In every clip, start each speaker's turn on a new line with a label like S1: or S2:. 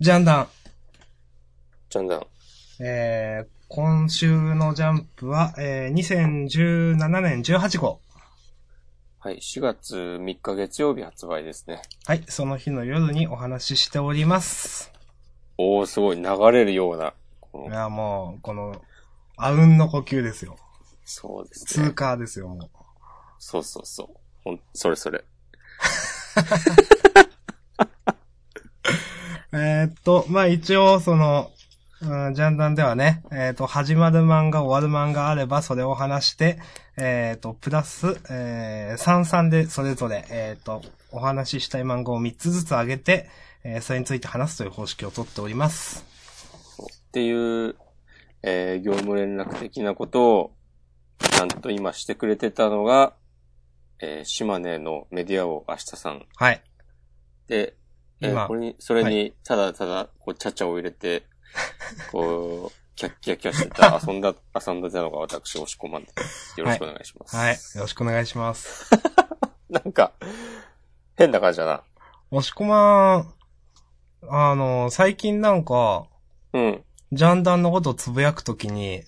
S1: ジャンダン。
S2: ジャンダン。
S1: えー、今週のジャンプは、えー、2017年18号。
S2: はい、4月3日月曜日発売ですね。
S1: はい、その日の夜にお話ししております。
S2: おー、すごい、流れるような。こ
S1: い
S2: の
S1: や、もう、この、あうんの呼吸ですよ。
S2: そうです
S1: 通
S2: ね。
S1: 過ですよ、も
S2: そうそうそう。ほん、それそれ。
S1: う。えー、っと、まあ、一応、その、うんジャンダンではね、えーっと、始まる漫画、終わる漫画あれば、それを話して、えーっと、プラス、えー、三々でそれぞれ、えーっと、お話ししたい漫画を3つずつ上げて、えーそれについて話すという方式をとっております。
S2: っていう、えー、業務連絡的なことを、ちゃんと今してくれてたのが、えー、島根のメディアを明日さん。
S1: はい。
S2: で、えー
S1: 今
S2: これに、それ
S1: は
S2: に、ただただ、こう、ちゃちゃを入 れて、こう、キャッキャッキャしてた、遊んだ、遊んだのが私、押し込まんで、よろしくお願いします。
S1: はい。よろしくお願いします。
S2: なんか、変な感じだな。
S1: 押し込まん、あの、最近なんか、
S2: うん。
S1: ジャンダンのことをつぶやくときに、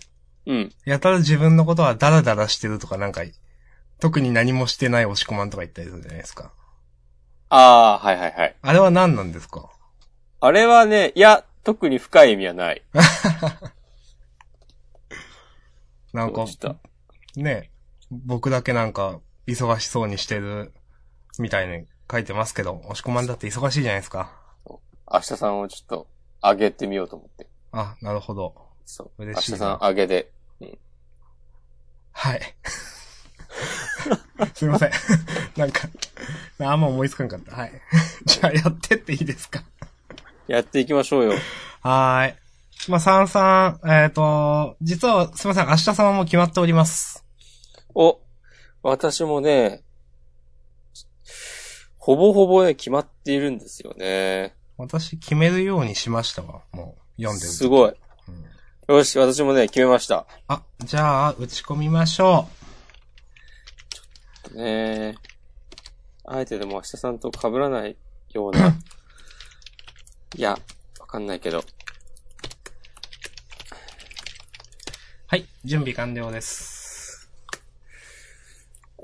S2: うん。
S1: やたら自分のことはダラダラしてるとかなんか、特に何もしてない押し込まんとか言ったりするじゃないですか。
S2: ああ、はいはいはい。
S1: あれは何なんですか
S2: あれはね、いや、特に深い意味はない。
S1: なんか
S2: 落ち、た。
S1: ね、僕だけなんか、忙しそうにしてる、みたいに書いてますけど、押し込まんだって忙しいじゃないですか。
S2: 明日さんをちょっと、上げてみようと思って。
S1: あ、なるほど。
S2: そう。明
S1: 嬉しい
S2: 日
S1: な
S2: さん上げで。
S1: はい。 すいません。 なんか、あんま思いつかんかった。はい。 じゃあやってっていいですか
S2: やっていきましょうよ。
S1: はーい。まあ、三三えっ、と、実は、すみません、明日様も決まっております。
S2: お、私もね、ほぼほぼね、決まっているんですよね。
S1: 私、決めるようにしましたわ。もう、読んでる。
S2: すごい。
S1: うん
S2: よし、私もね、決めました。
S1: あ、じゃあ、打ち込みましょ
S2: ねあえてでも明日さんと被らないよう な。いや、わかんないけど。
S1: う。はい、準備完了です。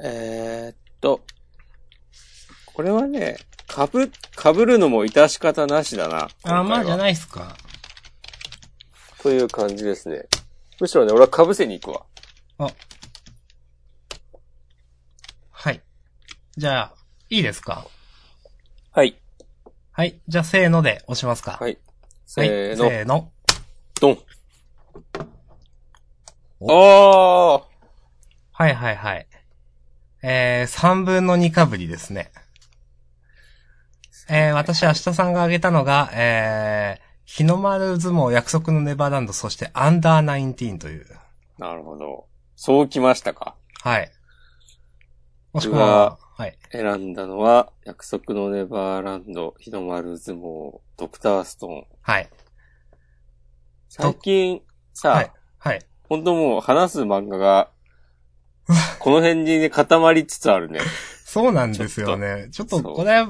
S2: えーっと、これはね、かぶ、かぶるのも致し方なしだな。
S1: あ、まあじゃ
S2: い。
S1: ないっすか。
S2: という感じですね。むしろね、俺はかぶせに行くわ。
S1: はい。じゃあ、いいですか
S2: はい。
S1: はい、じゃあ、せーので押しますか。
S2: はい。せ
S1: はい、
S2: ーの、
S1: せーの。
S2: ドン。あー
S1: はいはいはい。えー、三分の二かぶりですね。えー、私、明日さんが挙げたのが、えー、日の丸相撲、約束のネバーランド、そしてアンダーナインティーンという。
S2: なるほど。そうきましたか。
S1: はい。もしくは、はい。
S2: 選んだのは、約束のネバーランド、日の丸相撲、ドクターストーン。
S1: はい。
S2: 最近、さ、
S1: はい。はい。
S2: ほんともう話す漫 画が、この辺にね、固まりつつあるね。
S1: そうなんですよね。ちょっ
S2: と
S1: と、これ、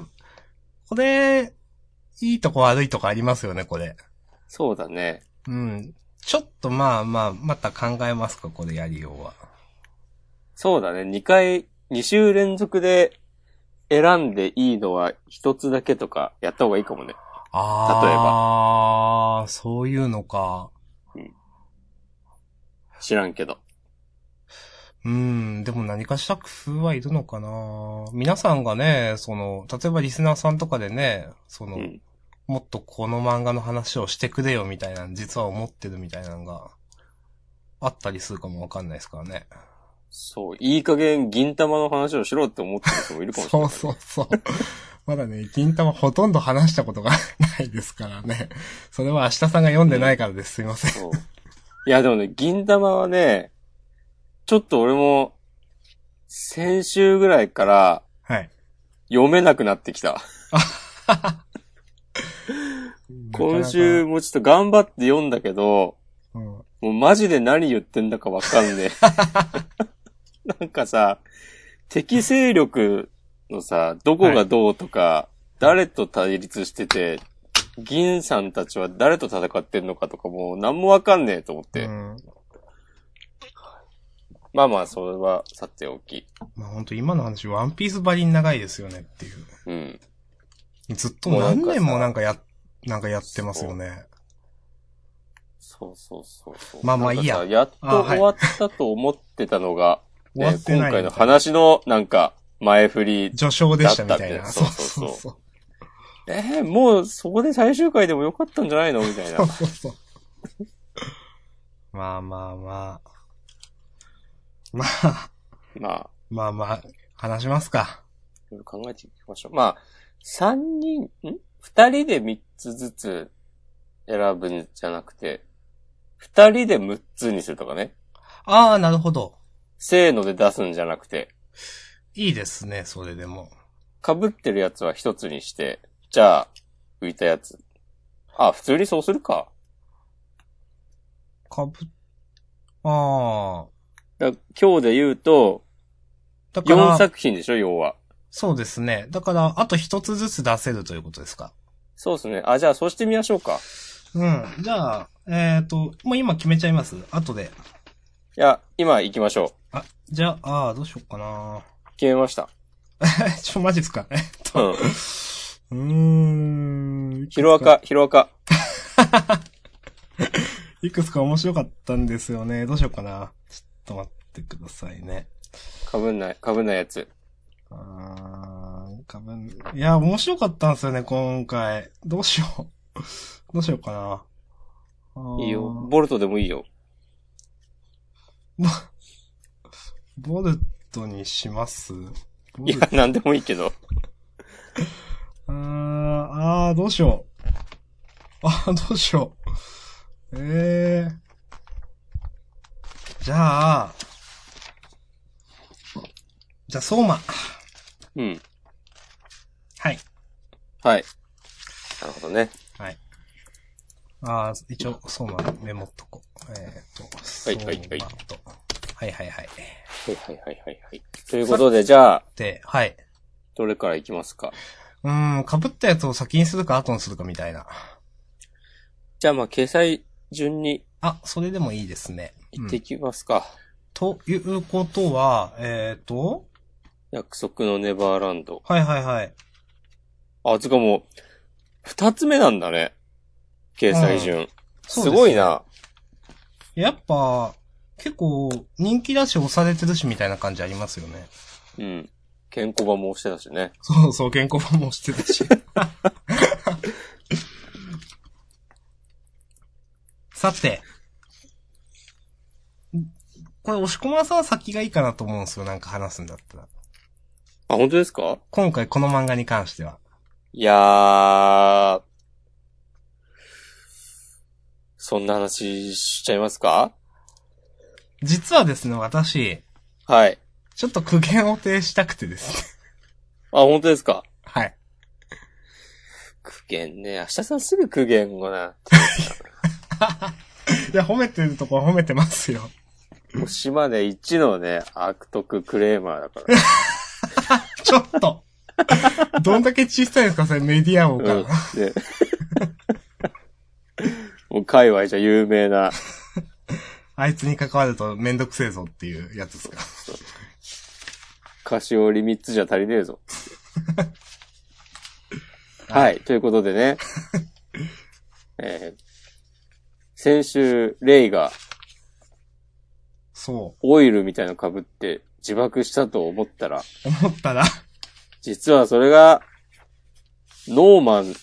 S1: これ、いいとこ悪いとこありますよね、これ。
S2: そうだね。
S1: うん。ちょっとまあまあ、また考えますか、これやりようは。
S2: そうだね。2回、2週連続で選んでいいのは一つだけとかやった方がいいかもね。
S1: ああ、そういうのか。
S2: 知らんけど。
S1: うん、でも何かした工夫はいるのかな皆さんがね、その、例えばリスナーさんとかでね、その、
S2: うん。
S1: もっとこの漫画の話をしてくれよみたいな、実は思ってるみたいなのが、あったりするかもわかんないですからね。
S2: そう。いい加減銀玉の話をしろって思ってる人もいるかもしれ
S1: そ
S2: な
S1: う
S2: い。
S1: そうそう。まだね、銀玉ほとんど話したことがないですからね。それは明日さんが読んでないからです。すいません。
S2: そう。いや、でもね、銀玉はね、ちょっと俺も、先週ぐらいから
S1: はい。
S2: 読めなくなってきた。今週
S1: なか
S2: もちょっと頑張って読んだけど、
S1: なか、うん
S2: もうマジで何言ってんだかわかんねえ。なんかさ、敵勢力のさ、どこがどうとか、誰と対立してて、銀さんたちは誰と戦ってんのかとかもう何もわかんねえと思って。
S1: うん。
S2: まあまあ、それはさておき。
S1: まあ本当今の話、ワンピースばりに長いですよねっていう。
S2: うん。
S1: ずっと
S2: もうな
S1: 何
S2: んかさ
S1: 年もなんかや、なんかやってますよね。
S2: そうそうそうそう。
S1: まあまあいいや
S2: なんかさやっ
S1: あ
S2: と
S1: はい
S2: 終わったと思ってたのが、
S1: 終わってな
S2: えー今
S1: い
S2: 回
S1: み
S2: の
S1: たいな。
S2: 話のなんか前振り。
S1: 序章でしたみたい
S2: だった
S1: な。
S2: みたい
S1: そう
S2: なそ
S1: そうう
S2: そう
S1: そう。
S2: えーもうそこで最終回でもよかったんじゃないのみたい
S1: そ
S2: な
S1: う。そうそう。まあまあまあ。まあ、
S2: ま
S1: まあまあ、話しますか。
S2: あ、いろいろ考えていきましょう。まあ、三人、ん二人で三つずつ選ぶんじゃなくて、二人で六つにするとかね。
S1: ああ、なるほど。
S2: せーので出すんじゃなくて、
S1: いいですね、それでも。
S2: 被ってるやつは一つにして、じゃあ、浮いたやつ。あ、普通にそうするか。
S1: かぶ、ああ。
S2: だ今日で言うと、
S1: だか
S2: 4
S1: ら、
S2: 作品でしょ、要は。
S1: そうですね。だから、あと一つずつ出せるということですか。
S2: そうですね。あ、じゃあ、そうしてみましょうか。
S1: うん。じゃあ、えっ、と、もう今決めちゃいます後で。
S2: いや、今行きましょ
S1: あ、じゃあ、ああ、どうしようかな。
S2: う。決めました。
S1: え、ちょ、マジっすかえっ
S2: う
S1: と、
S2: ん。
S1: うーん。
S2: ヒロアカ、ヒロアカ。
S1: いくつか面白かったんですよね。どうしようかな。ちょっと待ってくださいね。
S2: 被んない、被んないやつ。
S1: あー、かぶん、いや、面白かったんですよね、今回。どうしよう。 どうしようかな。あー
S2: いいよ。ボルトでもいいよ。
S1: ボルトにしますボ
S2: い
S1: ル
S2: や、なんでもいいけど。
S1: あーあー、どうしよう。あー、どうしよう。ええじゃあ、じゃあ、相馬。
S2: うん。
S1: はい。
S2: はい。なるほどね。
S1: はい。ああ、一応、相馬メモっとこう。えっ、と、
S2: はい
S1: 相
S2: はいはい
S1: 馬と。はいはいはい。
S2: はいはいはいはいはい。ということで、じゃあ、
S1: で、はい。
S2: どれから行きますか。
S1: うーん、被ったやつを先にするか後にするかみたいな。
S2: じゃあ、まあ、掲載順に
S1: あ、それでもいいですね。
S2: 行ってきますか。
S1: ということは、えっ、と、
S2: 約束のネバーランド。
S1: はいはいはい。
S2: あ、つうかもう、二つ目なんだね。掲載順。
S1: そうです
S2: すごいな。
S1: やっぱ、結構、人気だし押されてるしみたいな感じありますよね。
S2: うん。健康版も押してたしね。
S1: そうそう、健康版もしてたし。 さて、これ、押し込まさんは先がいいかなと思うんですよ、なんか話すんだったら。
S2: あ、本当ですか
S1: 今回この漫画に関しては。
S2: いやー。そんな話しちゃいますか
S1: 実はですね、私、
S2: はい。
S1: ちょっと苦言を呈したくてですね。
S2: あ、本当ですか
S1: はい。
S2: 苦言ね。明日さんすぐ苦言をな。
S1: いや、褒めてるとこは褒めてますよ。
S2: もう島根一のね、悪徳クレーマーだから。
S1: ちょっと。 どんだけ小さいんですか、それメディア王 から。
S2: うん。でもう界隈じゃ有名な。
S1: あいつに関わるとめんどくせえぞっていうやつですか。
S2: 菓子折り3つじゃ足りねえぞ。はい、ということでね。えー先週、レイが
S1: そ
S2: オイルみたいの被って自爆したと思ったら、
S1: う。思ったら、
S2: 実はそれが、ノーマン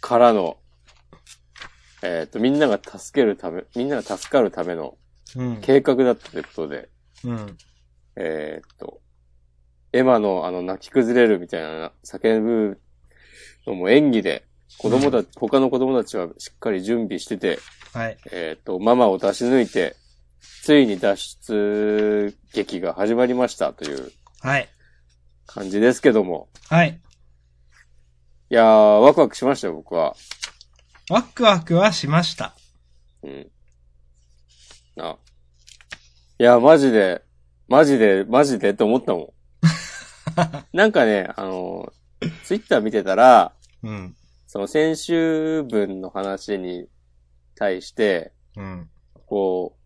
S2: からの、えっ、と、みんなが助けるため、みんなが助かるための
S1: うん。
S2: 計画だったということで、
S1: うん。
S2: えーっと、エマのあの泣き崩れるみたいな叫ぶのも演技で、子供たち、他の子供たちはしっかり準備してて、
S1: はい。
S2: えーっと、ママを出し抜いて、ついに脱出劇が始まりましたという
S1: はい。
S2: 感じですけども。
S1: はい。
S2: いやー、ワクワクしましたよ、僕は。
S1: ワクワクはしました。
S2: うん。あ。いや、マジで、マジで、マジでって思ったもん。なんかね、あの、ツイッター見てたら、
S1: うん。
S2: その先週分の話に対して、
S1: うん。
S2: こう、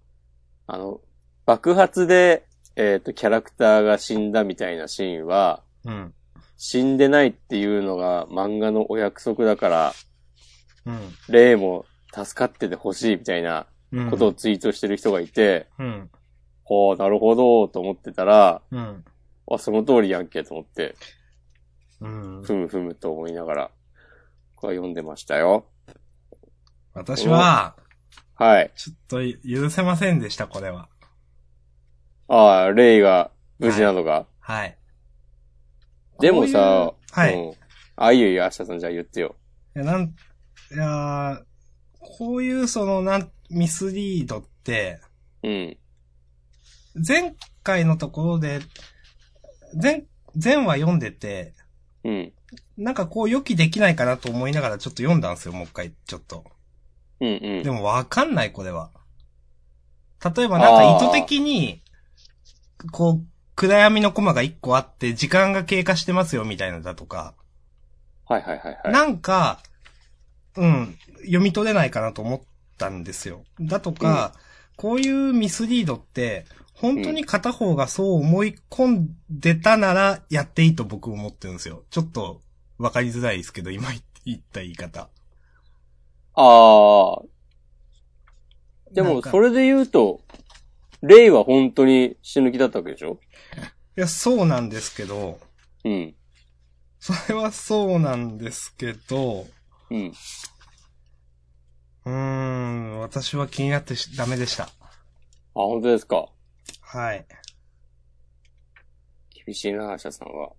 S2: あの、爆発で、えっ、と、キャラクターが死んだみたいなシーンは、
S1: うん。
S2: 死んでないっていうのが漫画のお約束だから、
S1: うん。
S2: 霊も助かっててほしいみたいな
S1: うん。
S2: ことをツイートしてる人がいて、
S1: うん。
S2: ほうなるほど、と思ってたら、
S1: うん。
S2: あ、その通りやんけ、と思って、
S1: うん。
S2: ふむふむと思いながら、僕は読んでましたよ。
S1: 私は、
S2: はい。
S1: ちょっとい許せませんでした、これは。
S2: ああ、レイが無事なのが。
S1: はい。
S2: でもさ
S1: こ、ういうはい
S2: うんあ、いいよいいよ、明日さんじゃあ言ってよ。
S1: いや、なん、いやーこういうその、なん、ミスリードって、
S2: うん。
S1: 前回のところで、前、前は読んでて、
S2: うん。
S1: なんかこう予期できないかなと思いながらちょっと読んだんですよ、もう一回、ちょっと。
S2: うんう
S1: で
S2: ん。
S1: もわかんない、これは。例えばなんか意図的に、こう、暗闇のコマが一個あって、時間が経過してますよ、みたいなのだとか、
S2: はいはいはいはい。
S1: なんか、うん、読み取れないかなと思ったんですよ。だとか、こういうミスリードって、本当に片方がそう思い込んでたならやっていいと僕思ってるんですよ。ちょっとわかりづらいですけど、今言った言い方。
S2: ああ。で
S1: なん
S2: も、
S1: か
S2: それで言うと、レイは本当に死ぬ気だったわけでしょ
S1: いや、そうなんですけど、
S2: うん。
S1: それはそうなんですけど、
S2: うん。
S1: うーん、私は気になってしダメでした。
S2: あ、本当ですか。
S1: はい。
S2: 厳しいな、明日さんは。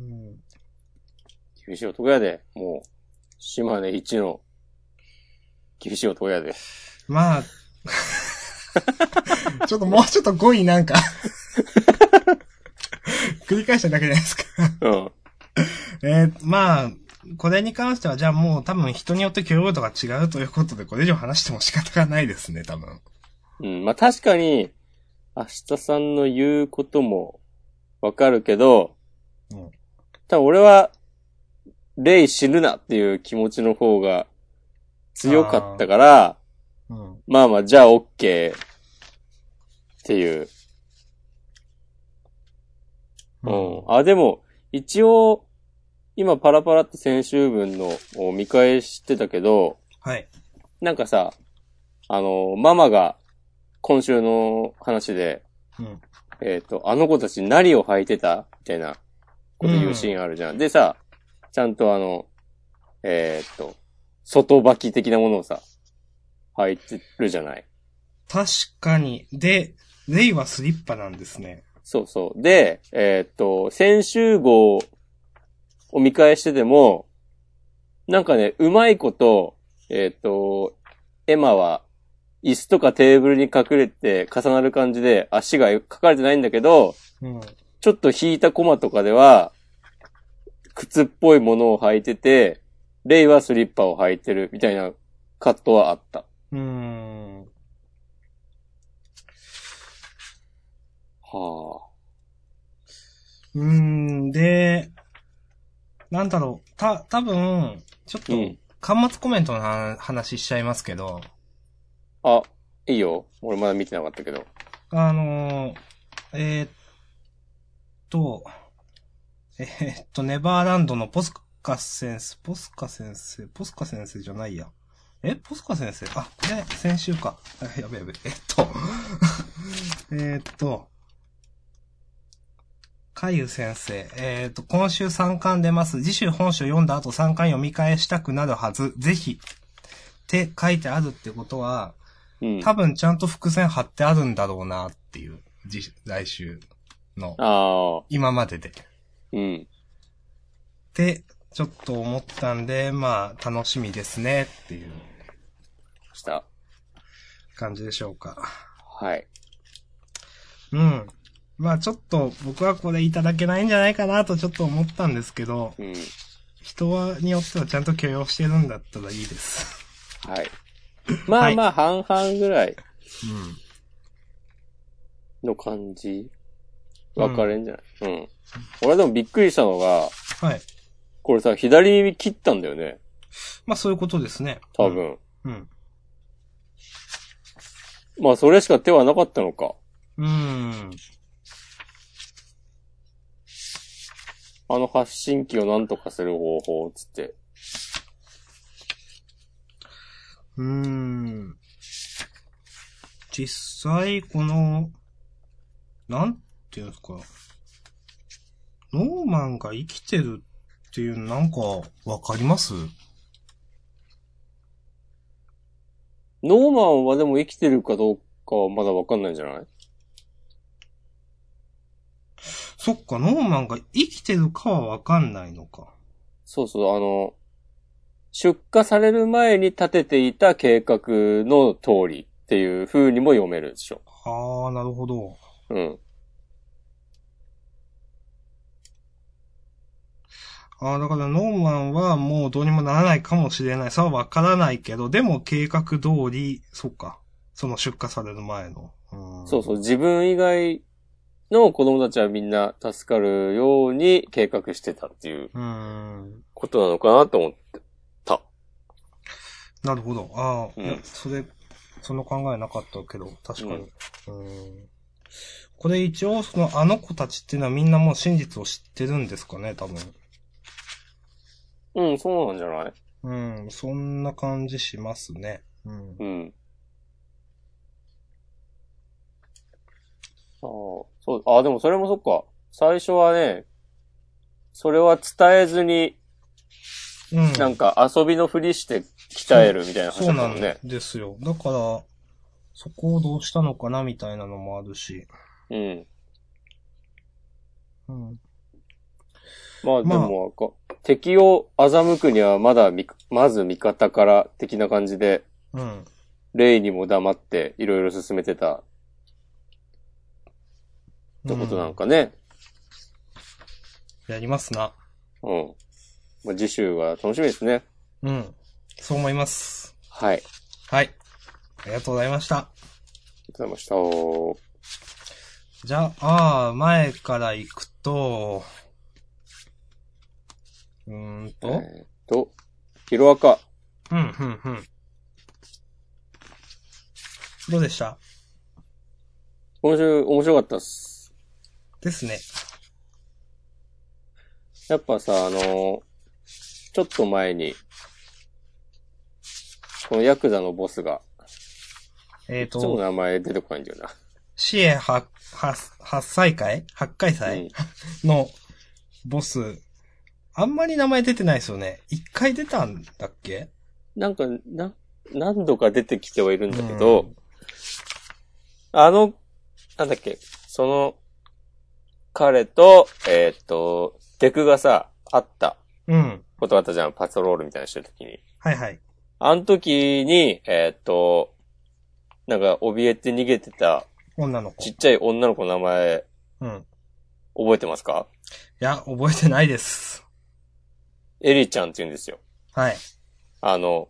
S1: うん、
S2: 厳しい男やで。もう、島根一の、厳しい男やで。
S1: まあ、 ちょっともうちょっと語彙 なんか、繰り返しただけじゃないですか。
S2: うん。
S1: えーまあ、これに関してはじゃあもう多分人によって許容度が違うということで、これ以上話しても仕方がないですね、多分。
S2: うん、まあ確かに、明日さんの言うこともわかるけど、
S1: うん
S2: 多分俺は、レイ死ぬなっていう気持ちの方が強かったから、
S1: うん。
S2: まあまあ、じゃあ OK っていう。うん。あ、でも、一応、今パラパラって先週分のを見返してたけど、
S1: はい。
S2: なんかさ、あの、ママが今週の話で、
S1: うん。
S2: えっ、と、あの子たち何を履いてたみたいなこと言うシーンあるじゃん。でさ、ちゃんとあの、えっ、と、外履き的なものをさ、履いてるじゃない。
S1: 確かに。で、レイはスリッパなんですね。
S2: そうそう。で、えっ、と、先週号を見返してでも、なんかね、うまいこと、えっ、と、エマは、椅子とかテーブルに隠れて重なる感じで足が描かれてないんだけど、
S1: うん。
S2: ちょっと引いたコマとかでは、靴っぽいものを履いてて、レイはスリッパを履いてるみたいなカットはあった。
S1: うーん。
S2: は
S1: うーん、で、なんだろう、た、多分、ちょっ
S2: あ。うん
S1: と、。端末コメントの話話しちゃいますけど、
S2: あ、いいよ。俺まだ見てなかったけど。
S1: あのー、えーっと、えーっと、ネバーランドのポスカ先生、ポスカ先生、ポスカ先生じゃないや。えポスカ先生あ、これ、先週か。あやべやべ。えっと、 えーっと、かゆ先生、えーっと、今週3巻出ます。次週本書読んだ後3巻読み返したくなるはず。ぜひ。って書いてあるってことは、
S2: うん。
S1: 多分ちゃんと伏線張ってあるんだろうなっていう、次来週の、
S2: ああ、
S1: 今までで。っ
S2: うん。
S1: て、ちょっと思ったんで、まあ、楽しみですねっていう
S2: した。
S1: 感じでしょうか。
S2: はい。
S1: うん。まあちょっと僕はこれいただけないんじゃないかなとちょっと思ったんですけど、
S2: うん。
S1: 人はによってはちゃんと許容してるんだったらいいです。
S2: はい。まあまあ、半々ぐらい
S1: うん。
S2: の感じ。
S1: うん
S2: 分かれんじゃない、うん、俺でもびっくりしたのが、
S1: はい。
S2: これさ、左指切ったんだよね。
S1: まあそういうことですね。
S2: 多。分。
S1: うん。
S2: まあ、それしか手はなかったのか。
S1: うん。
S2: あの発信機をなんとかする方法、つって。
S1: うん。実際、この、なんていうんですか。ノーマンが生きてるっていうのなんかわかります
S2: ノーマンはでも生きてるかどうかはまだわかんないんじゃない
S1: そっか、ノーマンが生きてるかはわかんないのか。
S2: そうそう、あの、出荷される前に立てていた計画の通りっていう風にも読めるでしょ。
S1: ああ、なるほど。
S2: うん。
S1: ああ、だからノーマンはもうどうにもならないかもしれない。さはわからないけど、でも計画通り、そっか。その出荷される前の。うん
S2: そうそう、自分以外の子供たちはみんな助かるように計画してたっていう
S1: うーん。
S2: ことなのかなと思って。
S1: なるほど。ああ、
S2: うん
S1: いやそれ、その考えなかったけど、確かに。うーんこれ一応、その、あの子たちっていうのはみんなもう真実を知ってるんですかね、多分。
S2: うん、そうなんじゃない
S1: うん、そんな感じしますね。うん。
S2: うん。ああ、そう、あ、でもそれもそっか。最初はね、それは伝えずに、
S1: うん。
S2: なんか遊びのふりして鍛えるみたいな
S1: そ
S2: 話だ
S1: う
S2: った
S1: な
S2: もん
S1: ん
S2: ね。
S1: ですよ。だから、そこをどうしたのかな、みたいなのもあるし。
S2: うん。
S1: うん。
S2: まあで
S1: まあ
S2: も、こう敵を欺くにはまだみ、まず味方から的な感じで、
S1: うん。
S2: レイにも黙っていろいろ進めてたってことな
S1: う
S2: のかね。
S1: んやりますな。
S2: うん。まあ次週が楽しみですね。
S1: うん。そう思います。
S2: はい。ありが
S1: はい。ありがとうございました。
S2: とうございました。
S1: じゃあ、前から行くと、うーんと、
S2: えーっと、ヒロアカ。
S1: うん、うん、うん。どうでした
S2: 今週面白かったっす。
S1: ですね。
S2: やっぱさ、あのーちょっと前に、このヤクザのボスが、
S1: えっ、
S2: いつも
S1: と、
S2: 名前出てこないんだよな。
S1: 市営八、八、八歳会八回
S2: うん
S1: 祭、のボス。あんまり名前出てないですよね。一回出たんだっけ
S2: なんか、な、何度か出てきてはいるんだけど、あの、なんだっけ、その、彼と、えーっと、デクがさ、会った
S1: うん。
S2: ことあったじゃん、パトロールみたいなしてる時に。
S1: はいはい。
S2: あの時に、えーっと、なんか、怯えて逃げてた
S1: 女の子
S2: ち。っちゃい女の子の名前、
S1: うん。
S2: 覚えてますか
S1: いや、覚えてないです。
S2: エリちゃんって言うんですよ。
S1: はい。
S2: あの、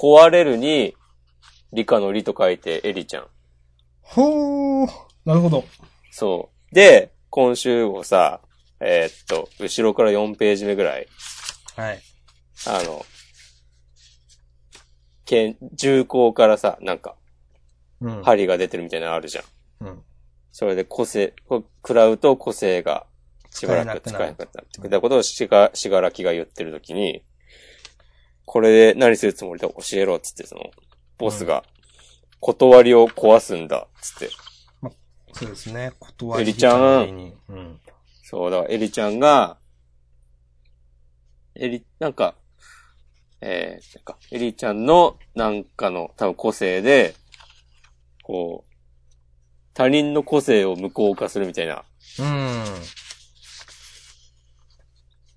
S2: 壊れるに、理科の理と書いてエリちゃん。
S1: ほー。なるほど。
S2: そう。で、今週後さ、えーっと、後ろから4ページ目ぐらい、
S1: はい。
S2: あの、剣、銃口からさ、なんか、
S1: うん。い。
S2: 針が出てるみたいなのあるじゃん。
S1: うん。
S2: それで個性、こ食らうと個性がしばらく使えなくなったってことをしが、しがらきが言ってるときに、これで何するつもりだ教えろっつってその、ボスが、断りを壊すんだっつって。
S1: そうですね。断り。
S2: エリちゃん
S1: に。うん。
S2: そう、だからエリちゃんが、エリ、なんか、えー、なんか、エリちゃんのなんかの多分個性で、こう、他人の個性を無効化するみたいな
S1: うん。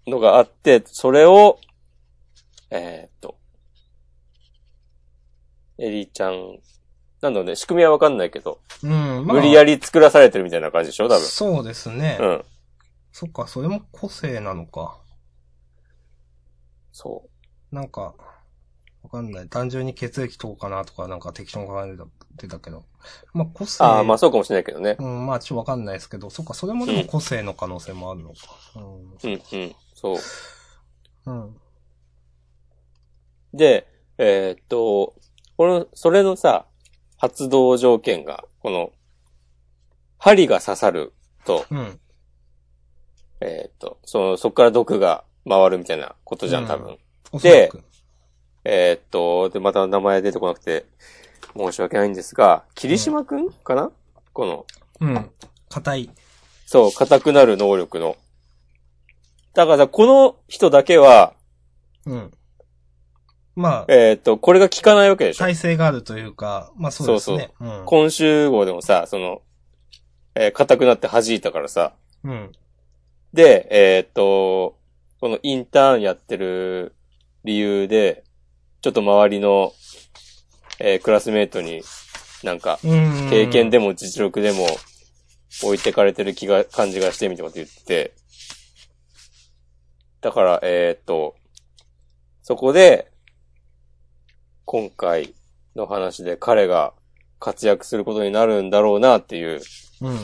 S2: のがあって、それを、えーっと、エリちゃん、なんだろうね、仕組みはわかんないけど、
S1: うん。
S2: 無理や
S1: り、
S2: り作らされてるみたいな感じでしょ多分。
S1: そうですね。
S2: うん。
S1: そっか、それも個性なのか。
S2: そ
S1: なんか、わかんない。単純に血液等かなとか、なんか適当に考えてたけど。まあ、個
S2: う。
S1: 性。
S2: ああ、まあそうかもしれないけどね。
S1: うん、まあ、ちょっとわかんないですけど、そっか、それもでも個性の可能性もあるのか。うん。
S2: うん、うん。そう。
S1: うん。
S2: で、えーっと、この、それのさ、発動条件が、この、針が刺さると、
S1: うん。
S2: えーっと、その、そっから毒が回るみたいなことじゃん、多分。
S1: うおそらく。
S2: えーっと、で、また名前出てこなくて、申し訳ないんですが、霧島くんかな、この、
S1: うん。硬い。
S2: そう、硬くなる能力の。だからさ、この人だけは、
S1: うん。まあ、
S2: えーっと、これが効かないわけでしょ
S1: 耐性があるというか、まあそうですね。うん
S2: 今週号でもさ、その、えー硬くなって弾いたからさ。
S1: うん。
S2: で、えーっと、このインターンやってる理由で、ちょっと周りの、えークラスメートになんか、
S1: うん。
S2: 経験でも実力でも置いてかれてる気が、感じがしてみたいなこと言ってて、だから、えーっと、そこで、今回の話で彼が活躍することになるんだろうなっていう
S1: うん。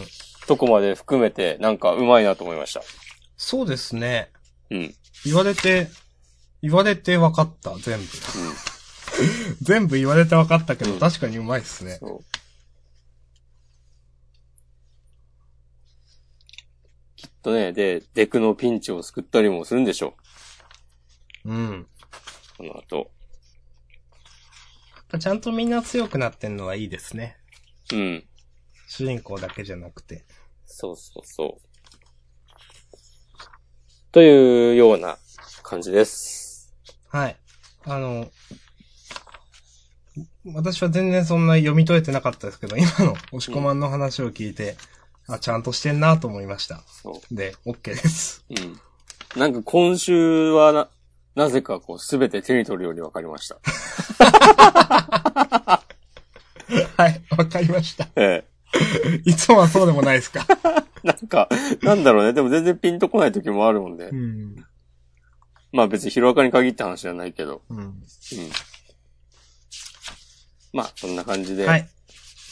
S2: とこまで含めて、なんかうまいなと思いました。
S1: そうですね。
S2: うん。うん。
S1: 言われて、言われて分かった、全部。 全部言われて分かったけど、
S2: うん
S1: 確かにうまいっすね。
S2: そう。きっとね、で、デクのピンチを救ったりもするんでしょ
S1: うん。
S2: う。この後。
S1: ちゃんとみんな強くなってんのはいいですね。
S2: うん。
S1: 主人公だけじゃなくて。
S2: そうそうそう。というような感じです。
S1: はい。あの、私は全然そんな読み解いてなかったですけど、今の押し込まんの話を聞いて、あ、ちゃんとしてんなと思いました。
S2: そ
S1: で、OK です。
S2: う。うん。なんか今週はな、なぜかこうすべて手に取るように分かりました。
S1: はい、わかりました。
S2: え
S1: いつもはそうでもないです か。
S2: え。なんか、なんだろうね。でも全然ピンとこない時もあるもんで
S1: う。ん。
S2: まあ別にヒロアカに限った話じゃないけど。
S1: うん。
S2: うん。まあ、そんな感じで。
S1: は。い。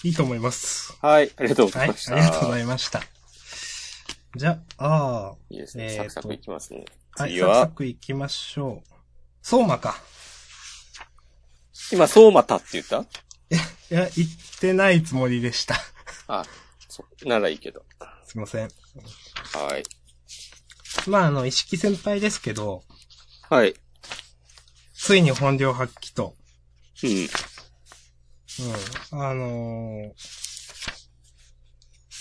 S1: いいと思います。
S2: はい。ありがとうござ
S1: はいい、
S2: まし
S1: あ
S2: た。
S1: りがとうございました。じゃあ、あ
S2: いいですね。
S1: えー
S2: サ
S1: と
S2: クサクいきますね。
S1: ーはい、
S2: 次
S1: サクサ
S2: は、
S1: ク行きましょう。相馬か。
S2: 今、相馬たって言った
S1: いや、行ってないつもりでした。
S2: あ、そう。ならいいけど。
S1: すいません。
S2: はい。
S1: まあ、あの、石木先輩ですけど、
S2: はい。
S1: ついに本領発揮と、
S2: うん。
S1: うん、あのー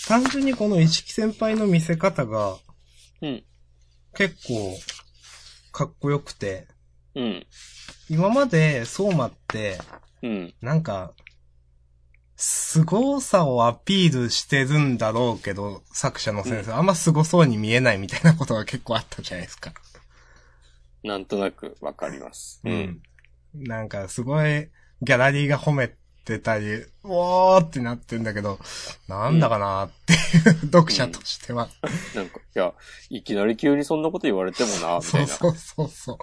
S1: 単純にこの石木先輩の見せ方が
S2: うん。
S1: 結構かっこよくて、
S2: うん。
S1: 今まで相馬って、
S2: うん。
S1: なんか、凄さをアピールしてるんだろうけど、作者の先生、あんま凄そうに見えないみたいなことが結構あったじゃないですか。
S2: なんとなくわかります。。。
S1: なんか、すごい、ギャラリーが褒めてたり、うおーってなってんだけど、なんだかなーっていう、読者としては。
S2: なんか、いや、いきなり急にそんなこと言われてもな、みた
S1: そ
S2: いうな。
S1: そうそうそう。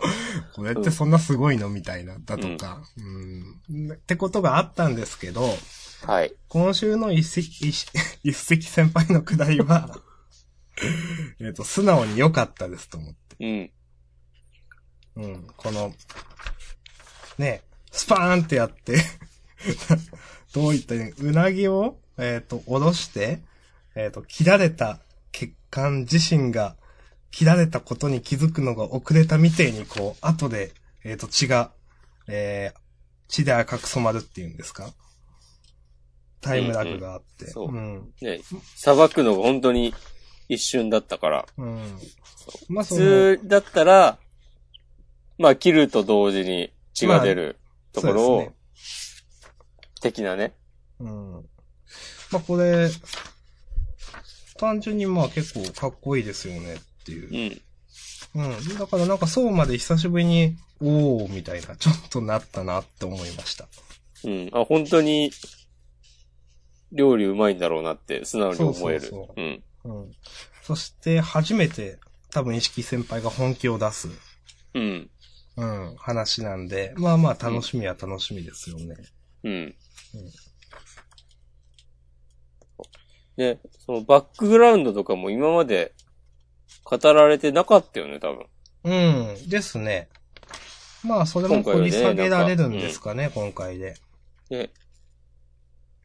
S1: これってそんなすごいのみたいな、だとか、うん。ってことがあったんですけど、
S2: はい。
S1: 今週の一石、一一石先輩のくだりは、えっと、素直に良かったですと思って。
S2: うん。
S1: うん。この、ね、スパーンってやって、 どういったように、うなぎを、えっ、と、下ろして、えっ、と、切られた血管自身が、切られたことに気づくのが遅れたみてえに、こう、後で、えっ、と、血が、えー、血で赤く染まるっていうんですかタイムラグがあって。
S2: うんうん
S1: ん
S2: ね、裁くのが本当に一瞬だったから。
S1: うん。まあ、
S2: 普
S1: その、
S2: 通だったら、まあ、切ると同時に血が出るところ
S1: そう
S2: を、
S1: ですね
S2: 的なね。
S1: うん。まあ、これ、単純にまあ結構かっこいいですよねって
S2: う
S1: いう。
S2: ん。
S1: うん。だからなんかそうまで久しぶりに、おーみたいな、ちょっとなったなって思いました。
S2: うん。あ、本当に、料理うまいんだろうなって、素直に思える。
S1: そうそうそ
S2: うん。
S1: うん。そして初めて、多分意識先輩が本気を出す、
S2: うん。
S1: うん、話なんで、まあまあ楽しみは楽しみですよね。
S2: うん
S1: うん。
S2: で、そのバックグラウンドとかも今まで語られてなかったよね、多分。
S1: うん、ですね。まあ、それも掘り下げられるんですかね、今回で。
S2: で、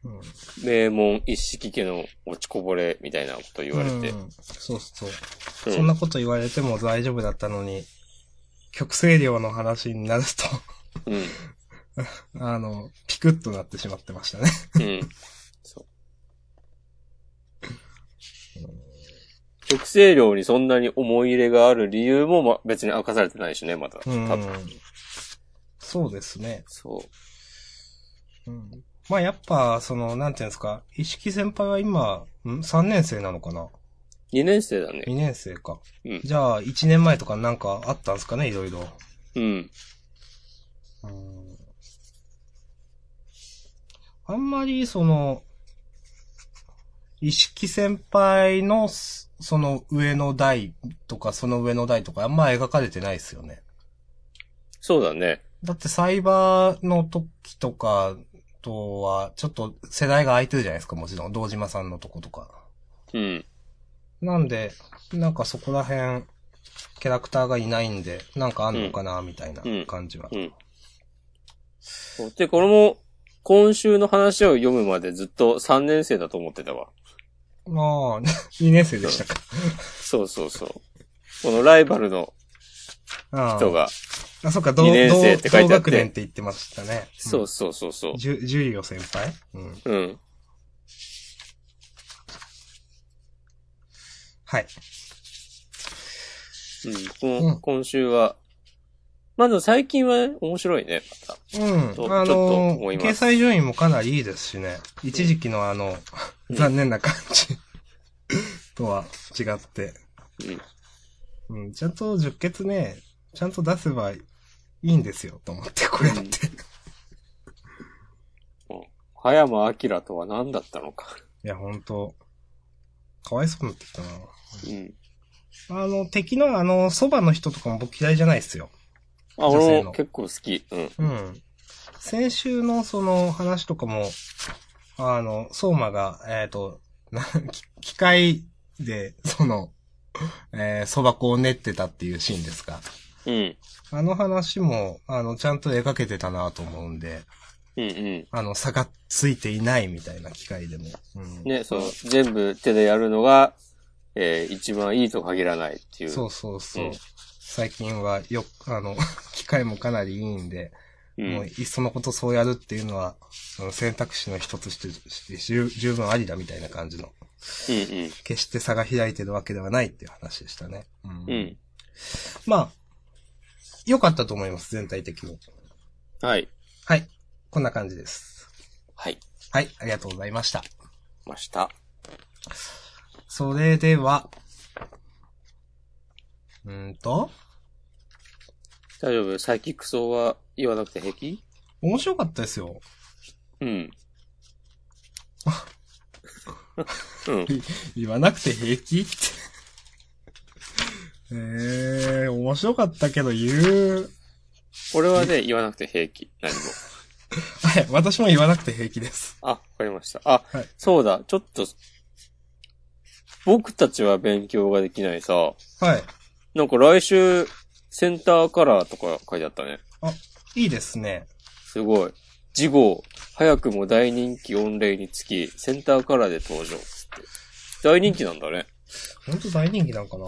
S1: うん。
S2: 名門一式家の落ちこぼれみたいなこと言われて
S1: う。んそうそう。
S2: うん
S1: そんなこと言われても大丈夫だったのに、極性量の話になる
S2: うん。うん。
S1: と、 あの、ピクッとなってしまってましたね。
S2: そう。極性量にそんなに思い入れがある理由も、ま、別に明かされてないしね、まだ。
S1: う
S2: 多分
S1: ん。そうですね。
S2: そ
S1: うん。まあやっぱ、その、なんていうんですか、石木先輩は今、ん ?3 年生なのかな
S2: う。2年生だね。
S1: ?2 年生か。
S2: うん
S1: じゃあ、1年前とかなんかあったんですかね、いろいろ。
S2: うん。
S1: うんあんまり、その、石木先輩のす、その上の代とか、その上の代とか、あんま描かれてないですよね。
S2: そうだね。
S1: だって、サイバーの時とかとは、ちょっと世代が空いてるじゃないですか、もちろん。堂島さんのとことか。
S2: うん。
S1: なんで、なんかそこら辺、キャラクターがいないんで、なんかあんのかな、みたいな感じは。
S2: うん。そうで、これも、今週の話を読むまでずっと3年生だと思ってたわ。
S1: まあ、2年生でしたか。
S2: そうそうそう。このライバルの
S1: うん
S2: 人が、
S1: あ、そっか、同、
S2: 二年
S1: 同
S2: 生って書
S1: 同
S2: いてあっ
S1: 学
S2: て
S1: 年って言ってましたね。
S2: そううそうそうそ
S1: ん。ジュ、ジュリオ先輩うん。
S2: う。うん。
S1: はい。
S2: うん、こ
S1: うん
S2: ん今週は、まず最近はね面白いね、また。
S1: うん。
S2: と
S1: あ
S2: ちょ
S1: の
S2: っと思い
S1: ー、掲
S2: ます
S1: 載順位もかなりいいですしね。一時期のあの、
S2: うん
S1: 残念な感じ とは違って。
S2: うん。
S1: うん、ちゃんと十血ね、ちゃんと出せばいいんですよ、と思って、これだって。い
S2: 葉山明とは何だったのか。
S1: や、ほんと、かわいそうになってきたな。
S2: うん。
S1: あの、敵のあの、そばの人とかも僕嫌いじゃないですよ。
S2: あ、
S1: 女性
S2: 俺
S1: の
S2: も結構好き。うん。
S1: うん。先週のその話とかも、あの、相馬が、えっ、と、な機機械で、その、えー、蕎麦粉を練ってたっていうシーンですか。
S2: うん。
S1: あの話も、あの、ちゃんと描けてたなと思うんで、
S2: うんうん。
S1: あの、差がついていないみたいな機械でも。うん
S2: ね、そう、全部手でやるのが、えー一番いいと限らないっていう。
S1: そうそうそう。
S2: うん
S1: 最近はよく、あの、 機械もかなりいいんで、
S2: う。
S1: もうんいっそのことそうやるっていうのは、その選択肢の一つとしてして十十分ありだみたいな感じの。
S2: うん
S1: 決して差が開いてるわけではないっていう話でしたね。うん
S2: うん。うん。
S1: まあ、良かったと思います、全体的に。
S2: はい。
S1: はい。こんな感じです。
S2: はい。
S1: はい、ありがとうございました。
S2: ました。
S1: それでは、うーんと、
S2: 大丈夫サイキック層は言わなくて平気
S1: 面白かったですよ。
S2: うん。うん。
S1: 言わなくて平気って。 えー、面白かったけど言う。
S2: 俺はね、言わなくて平気。何も。
S1: はい、私も言わなくて平気です。
S2: あ、わかりました。あ、
S1: はい
S2: そうだ、ちょっと、僕たちは勉強ができないさ。
S1: はい。
S2: なんか来週、センターカラーとか書いてあったね。
S1: いいですね。
S2: すごい。次号、早くも大人気御礼につき、センターカラーで登場。つって大人気なんだね。
S1: ほんと大人気なんかな。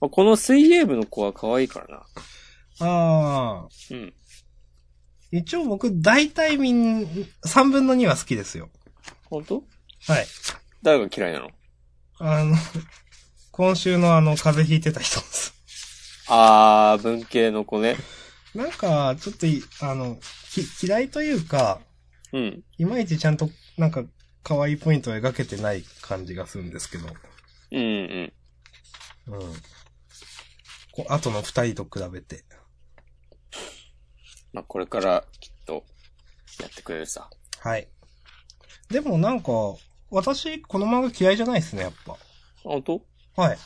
S2: あこの水泳部の子は可愛いからな。
S1: あー。
S2: うん。
S1: 一応僕、大体みん、三分の二は好きですよ。
S2: 本当
S1: はい。
S2: 誰が嫌いなの
S1: あの、今週のあの、風邪ひいてた人です。
S2: あー、文系の子ね。
S1: なんか、ちょっとい、あの、き、嫌いというか、
S2: うん。
S1: いまいちちゃんと、なんか、可愛いポイントを描けてない感じがするんですけど。
S2: うんうん。
S1: うん。こう、後の二人と比べて。
S2: まあ、これから、きっと、やってくれるさ。
S1: はい。でもなんか、私、この漫画嫌いじゃないですね、やっ
S2: あ本当
S1: ぱ。はい。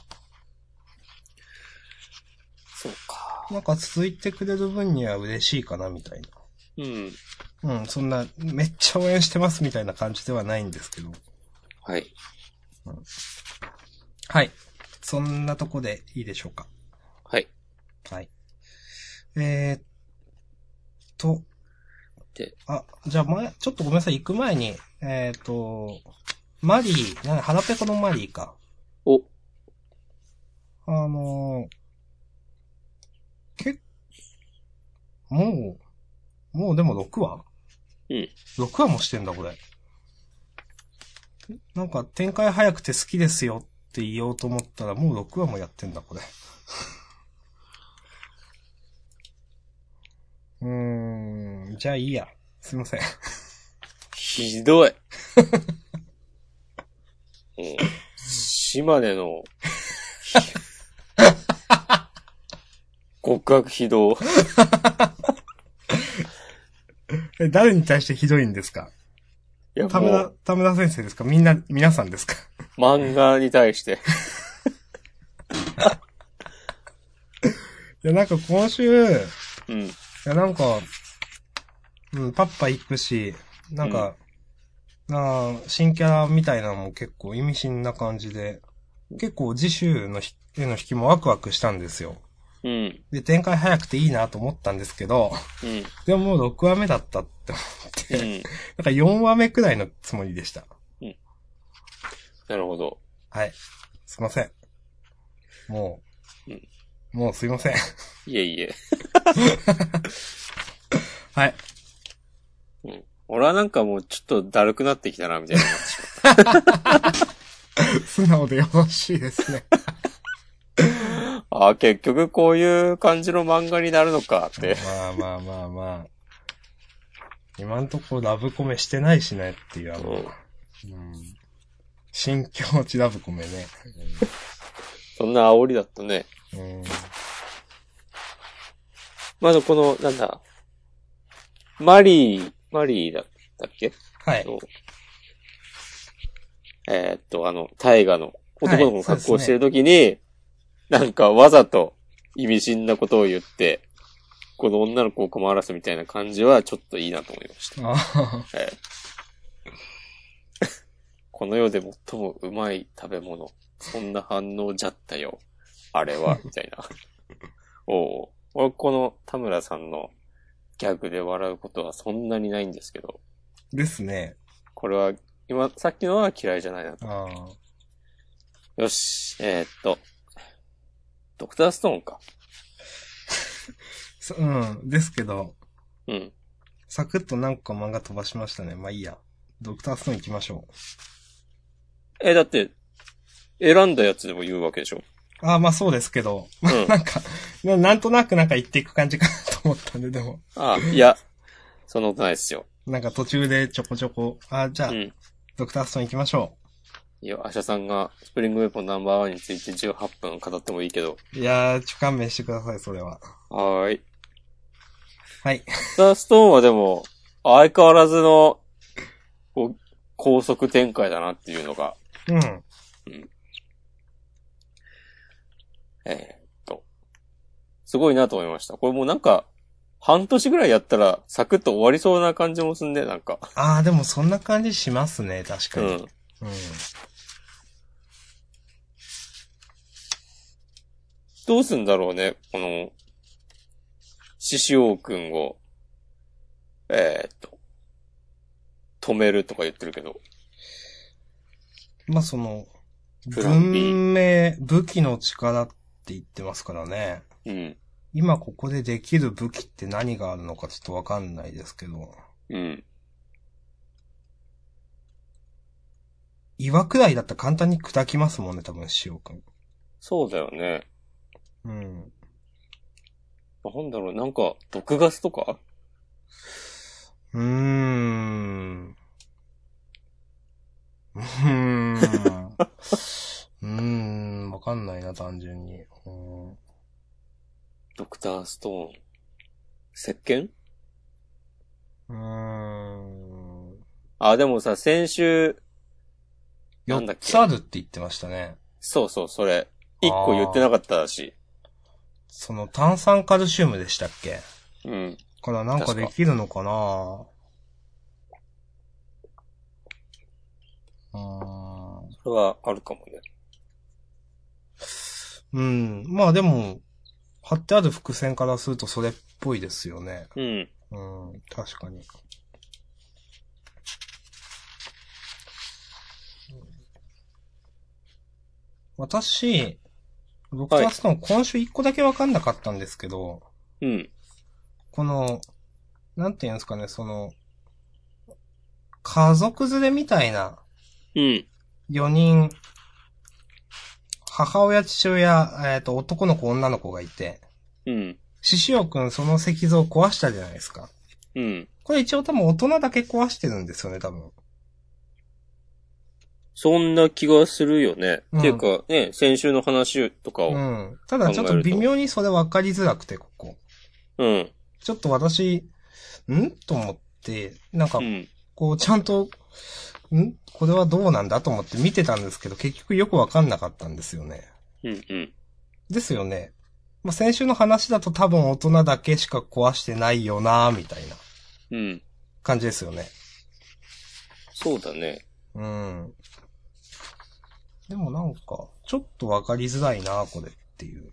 S2: そうか。
S1: なんか続いてくれる分には嬉しいかな、みたいな。
S2: うん。
S1: うん、そんな、めっちゃ応援してますみたいな感じではないんですけど。
S2: はい。
S1: はい。そんなとこでいいでしょうか。えー、っと
S2: で。
S1: あ、じゃあ前、ちょっとごめんなさい、行く前に、えー、っと、マリー、なんだ腹ペコのマリーか。
S2: お、
S1: あのー、け、もう、もうでも6話
S2: うん。
S1: 6話もしてんだ、これ。なんか、展開早くて好きですよって言おうと思ったら、もう6話もやってんだ、これ。 うーん、じゃあいいや。すいません。
S2: ひどい。うん島根の、 極悪非道。
S1: え、誰に対してひどいんですか
S2: いや、
S1: 田
S2: も
S1: 村
S2: う、、
S1: 田村先生ですかみんな、皆さんですか
S2: 漫画に対して。
S1: いや、なんか今週、
S2: うん。
S1: いや、なんか、うん、パッパ行くし、なんか、なあ新キャラみたいなのも結構意味深な感じで、結構次週のひへの引きもワクワクしたんですよ。
S2: うん。
S1: で、展開早くていいなと思ったんですけど、
S2: うん。
S1: でももう6話目だったって、
S2: うん。
S1: なんか4話目くらいのつもりでした。
S2: なるほど。
S1: はい。すいません。もう
S2: うん、
S1: もうすいません。
S2: いえいえ。
S1: はい。
S2: うん。俺はなんかもうちょっとだるくなってきたな、みたいな。
S1: 素直でよろしいですね。
S2: ああ、結局こういう感じの漫画になるのかって。
S1: まあまあまあまあ。今んとこラブコメしてないしねっていう、あ
S2: う
S1: の
S2: ん、
S1: うん、新境地ラブコメね。
S2: そんな煽りだったね。
S1: うん、
S2: まずこの、なんだ、マリー、マリーだったっけ
S1: はい。
S2: のえーっと、あの、大河の男の子の格好をしてるときに、なんかわざと意味深なことを言って、この女の子を困らすみたいな感じはちょっといいなと思いました。
S1: ああ
S2: ええこの世で最もうまい食べ物。そんな反応じゃったよ。あれは、みたいな。おう俺、この田村さんのギャグで笑うことはそんなにないんですけど、
S1: ですね。
S2: これは、今、さっきのは嫌いじゃないなと。
S1: あ
S2: よし、えーっと、ドクターストーンか。
S1: そうん。ですけど、
S2: うん。
S1: サクッと何個か漫画飛ばしましたね。まあいいや。ドクターストーン行きましょう。
S2: え、だって、選んだやつでも言うわけでしょ。
S1: ああ、まあそうですけど、
S2: うん。
S1: なんか、ななんとなくなんか言っていく感じかなと思ったんで、でも、
S2: あ、いや、そんなことないですよ。
S1: なんか途中でちょこちょこ、ああ、じゃあ、
S2: うん。
S1: ドクターストーン行きましょ
S2: いや、アシャさんがスプリングウェポンナンバーワンについて18分語ってもいいけど。
S1: う。いやー、ちょ勘弁してください、それは。
S2: はーい。
S1: はい。
S2: スターストーンはでも、相変わらずの、こう、高速展開だなっていうのが、
S1: うん。
S2: えーっと、すごいなと思いました。これもうなんか、半年ぐらいやったら、サクッと終わりそうな感じもすんで、なんか。
S1: ああ、でもそんな感じしますね、確
S2: う
S1: かに。うん。
S2: ん。どうすんだろうね、この、獅子王くんを、えーっと、止めるとか言ってるけど。
S1: まあその、
S2: プラン B
S1: 文明、武器の力って言ってますからね。
S2: うん。
S1: 今ここでできる武器って何があるのかちょっとわかんないですけど。
S2: うん。
S1: 岩くらいだったら簡単に砕きますもんね、多分、塩くん。
S2: そうだよね。
S1: うん。
S2: なんだろう、なんか、毒ガスとか
S1: うーん。うーん。うーん、わかんないな、単純に。うん
S2: ドクターストーン。石鹸
S1: うーん。
S2: あ、でもさ、先週、なんだ
S1: 4
S2: っけ
S1: つあるって言ってましたね。
S2: そうそう、それ。一個言ってなかったし。
S1: その炭酸カルシウムでしたっけ
S2: うん。
S1: からなんかできるのかなう
S2: それはあるかもね。
S1: ーん。うん。まあでも、貼ってある伏線からするとそれっぽいですよね。
S2: うん。
S1: うん、確かに。私、僕
S2: はい
S1: はその今週一個だけわかんなかったんですけど、
S2: うん。
S1: この、なんていうんですかね、その、家族連れみたいな
S2: うん。
S1: 4人、母親、父親、えっ、と、男の子、女の子がいて、
S2: うん。
S1: 獅子王くんその石像を壊したじゃないですか。
S2: うん。
S1: これ一応多分大人だけ壊してるんですよね、多分。
S2: そんな気がするよね。
S1: うん
S2: っていうか、ね、先週の話とか
S1: う
S2: を。
S1: ん。ただちょっと微妙にそれ分かりづらくて、ここ。
S2: うん。
S1: ちょっと私、んと思って、なんか
S2: う、ん。
S1: こう、ちゃんと、んこれはどうなんだと思って見てたんですけど、結局よく分かんなかったんですよね。
S2: うん。うん。
S1: ですよね。まあ、先週の話だと多分大人だけしか壊してないよなみたいな
S2: うん。
S1: 感じですよね。
S2: そうだね。
S1: うん。でもなんか、ちょっと分かりづらいなこれっていう。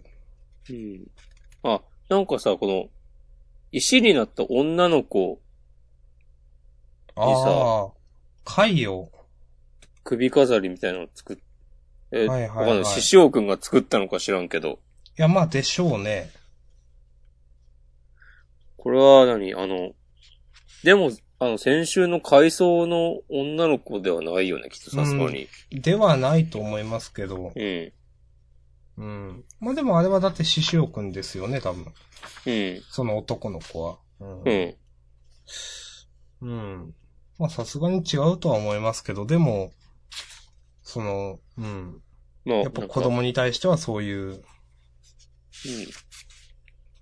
S2: うん。あ、なんかさ、この、石になった女の子、いいさ
S1: ああ、回を。
S2: 首飾りみたいなの作っ、えー、
S1: はいはいはい
S2: わかんない。獅子王くんが作ったのか知らんけど。
S1: いや、まあでしょうね。
S2: これは何あの、でも、あの、先週の回想の女の子ではないよね、きっとさすがに。
S1: ではないと思いますけど。
S2: うん。
S1: うん。まあでもあれはだって獅子王くんですよね、多分。
S2: うん。
S1: その男の子は。うん
S2: うん。
S1: うん。まあさすがに違うとは思いますけど、でも、その、うん。
S2: まあ、
S1: やっぱ子
S2: なんか
S1: 供に対してはそういう、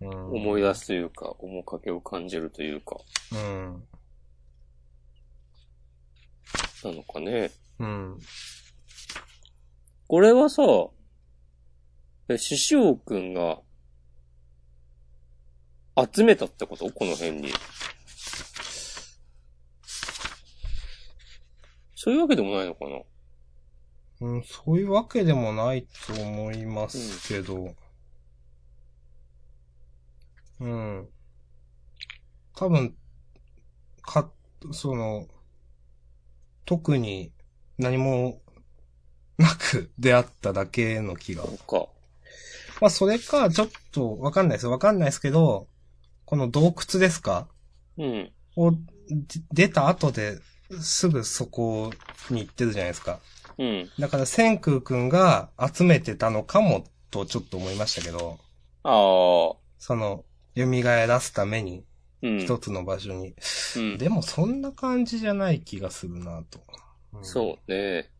S1: うん、
S2: うん、思い出すというか、面影を感じるというか、
S1: うん。
S2: なのかね。
S1: うん。
S2: これはさ、え獅子王くんが、集めたってことこの辺に。そういうわけでもないのかな
S1: うん、そういうわけでもないと思いますけど。うん。多分、か、その、特に何もなく出会っただけの気が。
S2: そうか。
S1: まあ、それか、ちょっとわかんないです。わかんないですけど、この洞窟ですか
S2: うん。
S1: をで出た後ですぐそこに行ってるじゃないですか。
S2: うん。
S1: だから、千空くんが集めてたのかも、とちょっと思いましたけど、
S2: ああ。
S1: その、蘇らすために、
S2: うん。
S1: 一つの場所に。
S2: うん
S1: でも、そんな感じじゃない気がするなと。うん
S2: そうね。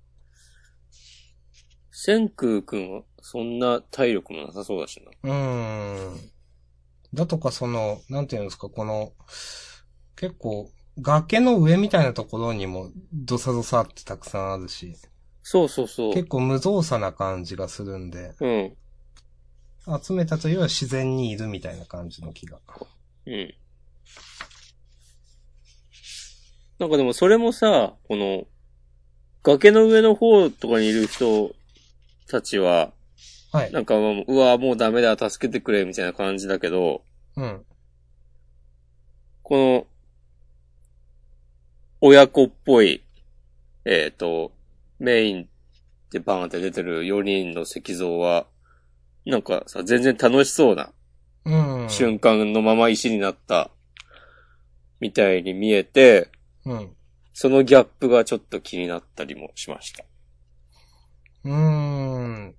S2: 千空くんは、そんな体力もなさそうだしな。
S1: うーん。だとか、その、なんていうんですか、この、結構、崖の上みたいなところにも、ドサドサってたくさんあるし、
S2: そうそうそう。
S1: 結構無造作な感じがするんで、
S2: うん。
S1: 集めたというよりは自然にいるみたいな感じの気が。
S2: うん。なんかでもそれもさ、この、崖の上の方とかにいる人たちは、
S1: はい。
S2: なんかもう、うわ、もうダメだ、助けてくれ、みたいな感じだけど、
S1: うん。
S2: この、親子っぽい、えっ、と、メインでバーンって出てる4人の石像は、なんかさ、全然楽しそうな
S1: うん。
S2: 瞬間のまま石になった、みたいに見えて、
S1: うん。
S2: そのギャップがちょっと気になったりもしました。
S1: うーん。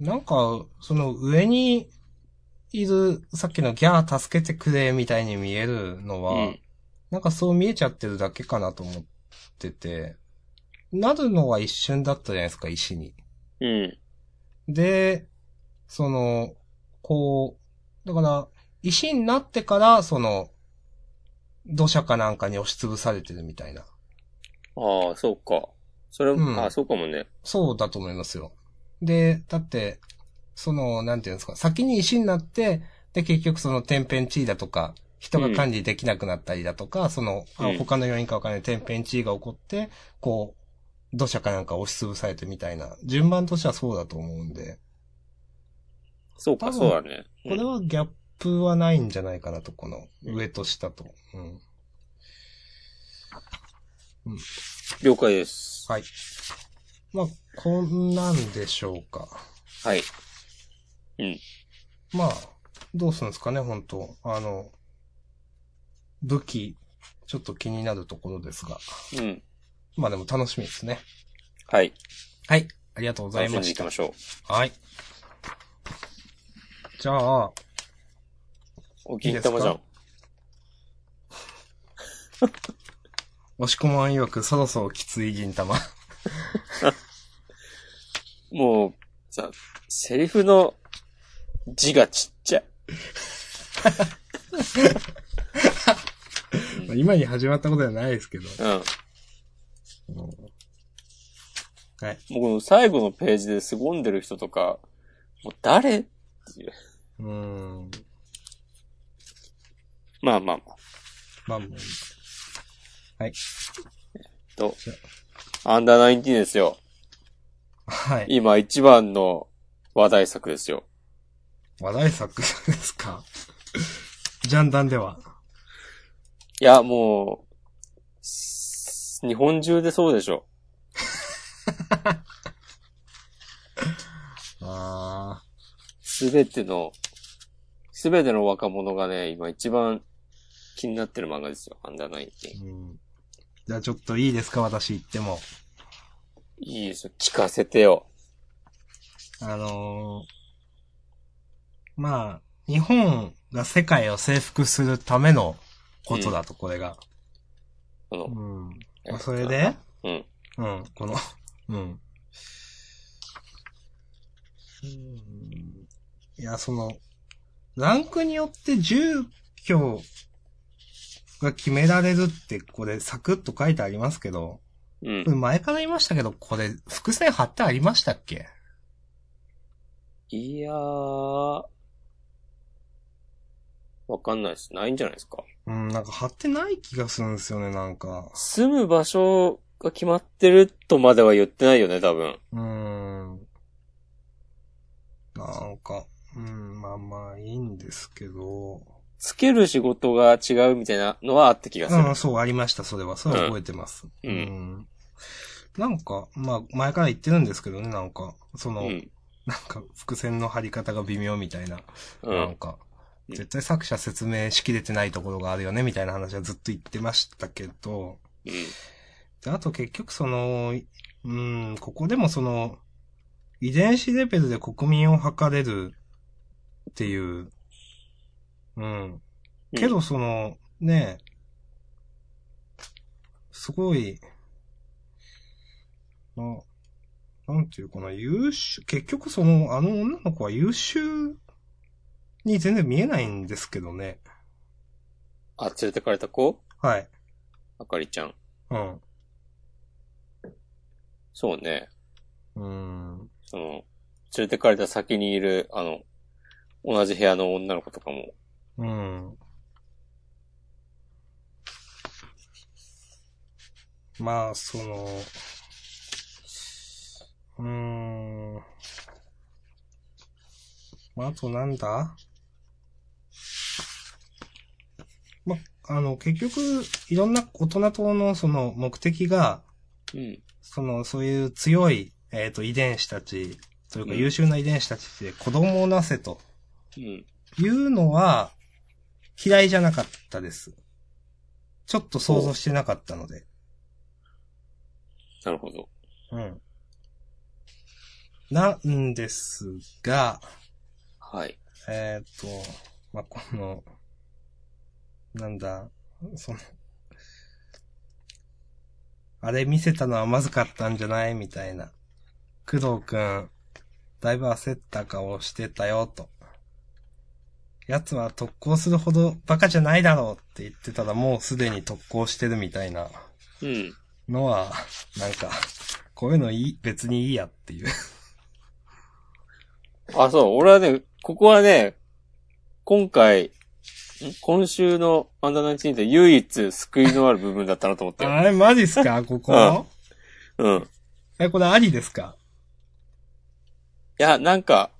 S1: なんか、その上にいる、さっきのギャー助けてくれみたいに見えるのは、
S2: うん。
S1: なんかそう見えちゃってるだけかなと思ってて、なるのは一瞬だったじゃないですか、石に。
S2: うん。
S1: で、その、こう、だから、石になってから、その、土砂かなんかに押しつぶされてるみたいな。
S2: ああ、そうか。それ、
S1: うん
S2: ああ、そうかもね。
S1: そうだと思いますよ。で、だって、その、なんていうんですか、先に石になって、で、結局その天変地異だとか、人が管理できなくなったりだとか、その、あ
S2: うん
S1: 他の要因かわからない天変地異が起こって、こう、土砂かなんか押しつぶされてみたいな、順番としてはそうだと思うんで、
S2: そうか、
S1: 多分
S2: そうだね。
S1: これはギャップはないんじゃないかなと、この上と下と。うん。
S2: うん了解です。
S1: はい。まあ、こんなんでしょうか。
S2: はい。うん。
S1: まあ、どうするんですかね、本当あの、武器、ちょっと気になるところですが。
S2: うん。
S1: まあでも楽しみですね。
S2: はい。
S1: はい。ありがとうござい
S2: 楽しん
S1: ま
S2: で
S1: し
S2: いき
S1: た
S2: ま。しょ
S1: はい。じゃあ、
S2: う。お金玉じゃ
S1: いい
S2: ん。
S1: 押し込まん曰くそろそろきつい銀玉。
S2: もう、さ、セリフの字がちっちゃい。
S1: 今に始まったことじゃないですけど。
S2: うん。も
S1: はい。
S2: うこの最後のページで凄んでる人とか、もう誰っていう
S1: うーん。
S2: まあまあまあ。
S1: まあもう、
S2: と、アンダーナインティーンですよ。
S1: はい。
S2: 今一番の話題作ですよ。
S1: 話題作です か。ジャンダンでは。
S2: いや、もう、す日本中でそうでしょ。
S1: あ
S2: すべての、すべての若者がね、今一番気になってる漫画ですよ。アンダーナインティーン
S1: ー。うん。じゃあちょっといいですか、私言っても。
S2: いいですよ。聞かせてよ。
S1: あのーまあ、日本が世界を征服するためのことだと、これが。
S2: この
S1: う、ん。まあ、それで、
S2: うん。
S1: うん、この、うん。いや、その、ランクによって住居が決められるって、これ、サクッと書いてありますけど、
S2: うん
S1: こ。れ前から言いましたけど、これ、伏線貼ってありましたっけ
S2: いやー、わかんないです。ないんじゃないですか。
S1: うん、なんか貼ってない気がするんですよね、なんか。
S2: 住む場所が決まってるとまでは言ってないよね、多分。
S1: うーん。なんか、うん、まあまあいいんですけど。
S2: つける仕事が違うみたいなのはあった気がする。
S1: うん、そう、ありました、それは。それは覚えてます。
S2: うん
S1: んなんか、まあ、前から言ってるんですけどね、なんか、その、
S2: うん。
S1: なんか、伏線の張り方が微妙みたいな、
S2: う
S1: なん
S2: ん。
S1: か、
S2: うん
S1: 絶対作者説明しきれてないところがあるよね、みたいな話はずっと言ってましたけど、
S2: うん。
S1: であと結局その、うん、ここでもその、遺伝子レベルで国民を測れるっていう、うん。けどその、ねえ、すごい、な、なんていうかな、優秀、結局その、あの女の子は優秀に全然見えないんですけどね。
S2: あ、連れてかれた子
S1: はい。
S2: あかりちゃん。
S1: うん。
S2: そうね。
S1: うん。
S2: その、連れてかれた先にいる、あの、同じ部屋の女の子とかも。
S1: うん。まあ、その、うーん。まあ、あとなんだまあ、あの、結局、いろんな大人党のその目的が、
S2: うん。
S1: その、そういう強い、えっ、と、遺伝子たち、というか
S2: うん
S1: 優秀な遺伝子たちって子供をなせと
S2: うん。
S1: いうのは、嫌いじゃなかったです。ちょっと想像してなかったので。
S2: なるほど。
S1: うん。なんですが、
S2: はい。
S1: えっ、と、まあ、この、なんだ、その、あれ見せたのはまずかったんじゃないみたいな。工藤くん、だいぶ焦った顔してたよ、と。奴は特攻するほどバカじゃないだろうって言ってたらもうすでに特攻してるみたいな
S2: うん。
S1: のは、なんか、こういうのいい、別にいいやっていう。
S2: あ、そう。俺はね、ここはね、今回、ん今週のアンダーナインティーンで唯一救いのある部分だったなと思った よ。
S1: あれ、マジっすかここ
S2: あ。うん。い
S1: え、これありですか
S2: や、なんか、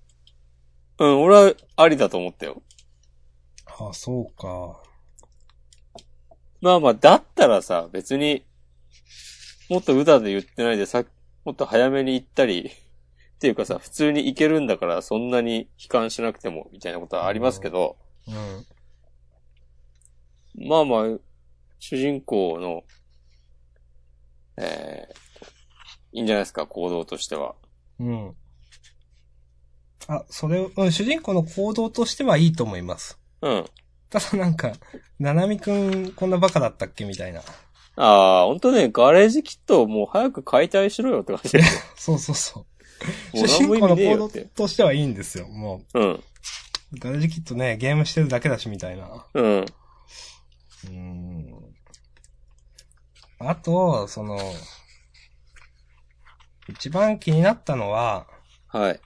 S2: うん、俺はありだと思ったよ。
S1: あ、そうか。
S2: まあまあ、だったらさ、別に、もっとうだで言ってないでさ、もっと早めに行ったり、っていうかさ、普通に行けるんだから、そんなに悲観しなくても、みたいなことはありますけど、
S1: うん。
S2: まあまあ、主人公の、えー、いいんじゃないですか、行動としては。
S1: うん。あ、それを、うん、主人公の行動としてはいいと思います。
S2: うん。
S1: ただなんか、ななみくん、こんなバカだったっけみたいな。
S2: ああ、ほんとね、ガレージキットをもう早く解体しろよって感じで。
S1: そうそう そう。
S2: も
S1: 主
S2: う
S1: 人
S2: 何も
S1: 公
S2: 意味
S1: の
S2: ねえ
S1: 行
S2: よ
S1: 動
S2: って。
S1: としてはいいんですよ。も
S2: うん。
S1: う、ガレージキットね、ゲームしてるだけだし、みたいな。
S2: うん。
S1: うーん。あと、その、一番気になったのは、
S2: はい。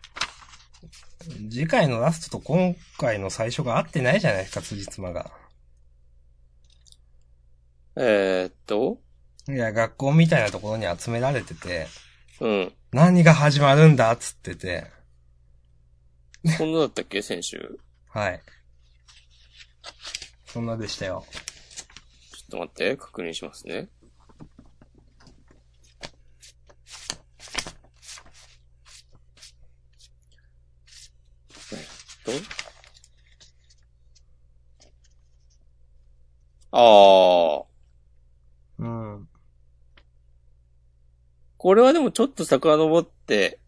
S1: 次回のラストと今回の最初が合ってないじゃないですか、辻褄が。
S2: えー、っと、
S1: いや、学校みたいなところに集められてて、
S2: うん。
S1: 何が始まるんだっつってて、
S2: こんなだったっけ先週。
S1: はい。そんなでしたよ。
S2: ちょっと待って、確認しますね。えっと。ああ。
S1: うん。
S2: これはでもちょっと遡って、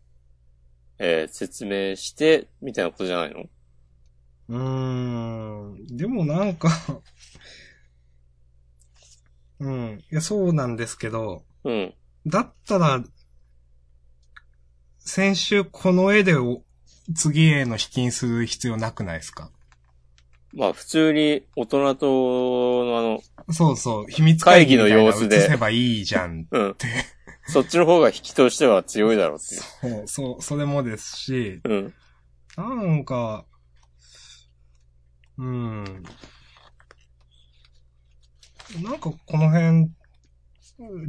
S2: えー説明して、みたいなことじゃないの
S1: うーん。でもなんか、うん。いや、そうなんですけど、
S2: うん。
S1: だったら、先週この絵でお次への引きにする必要なくないですか
S2: まあ普通に大人とのあの、
S1: そうそう、秘密会議みたいな
S2: 会議の様子で
S1: 映せばいいじゃ ん。
S2: うん。そっちの方が引きとしては強いだろうっていう。
S1: そう、そう、それもですし、
S2: うん。
S1: なんか、うん。なんかこの辺、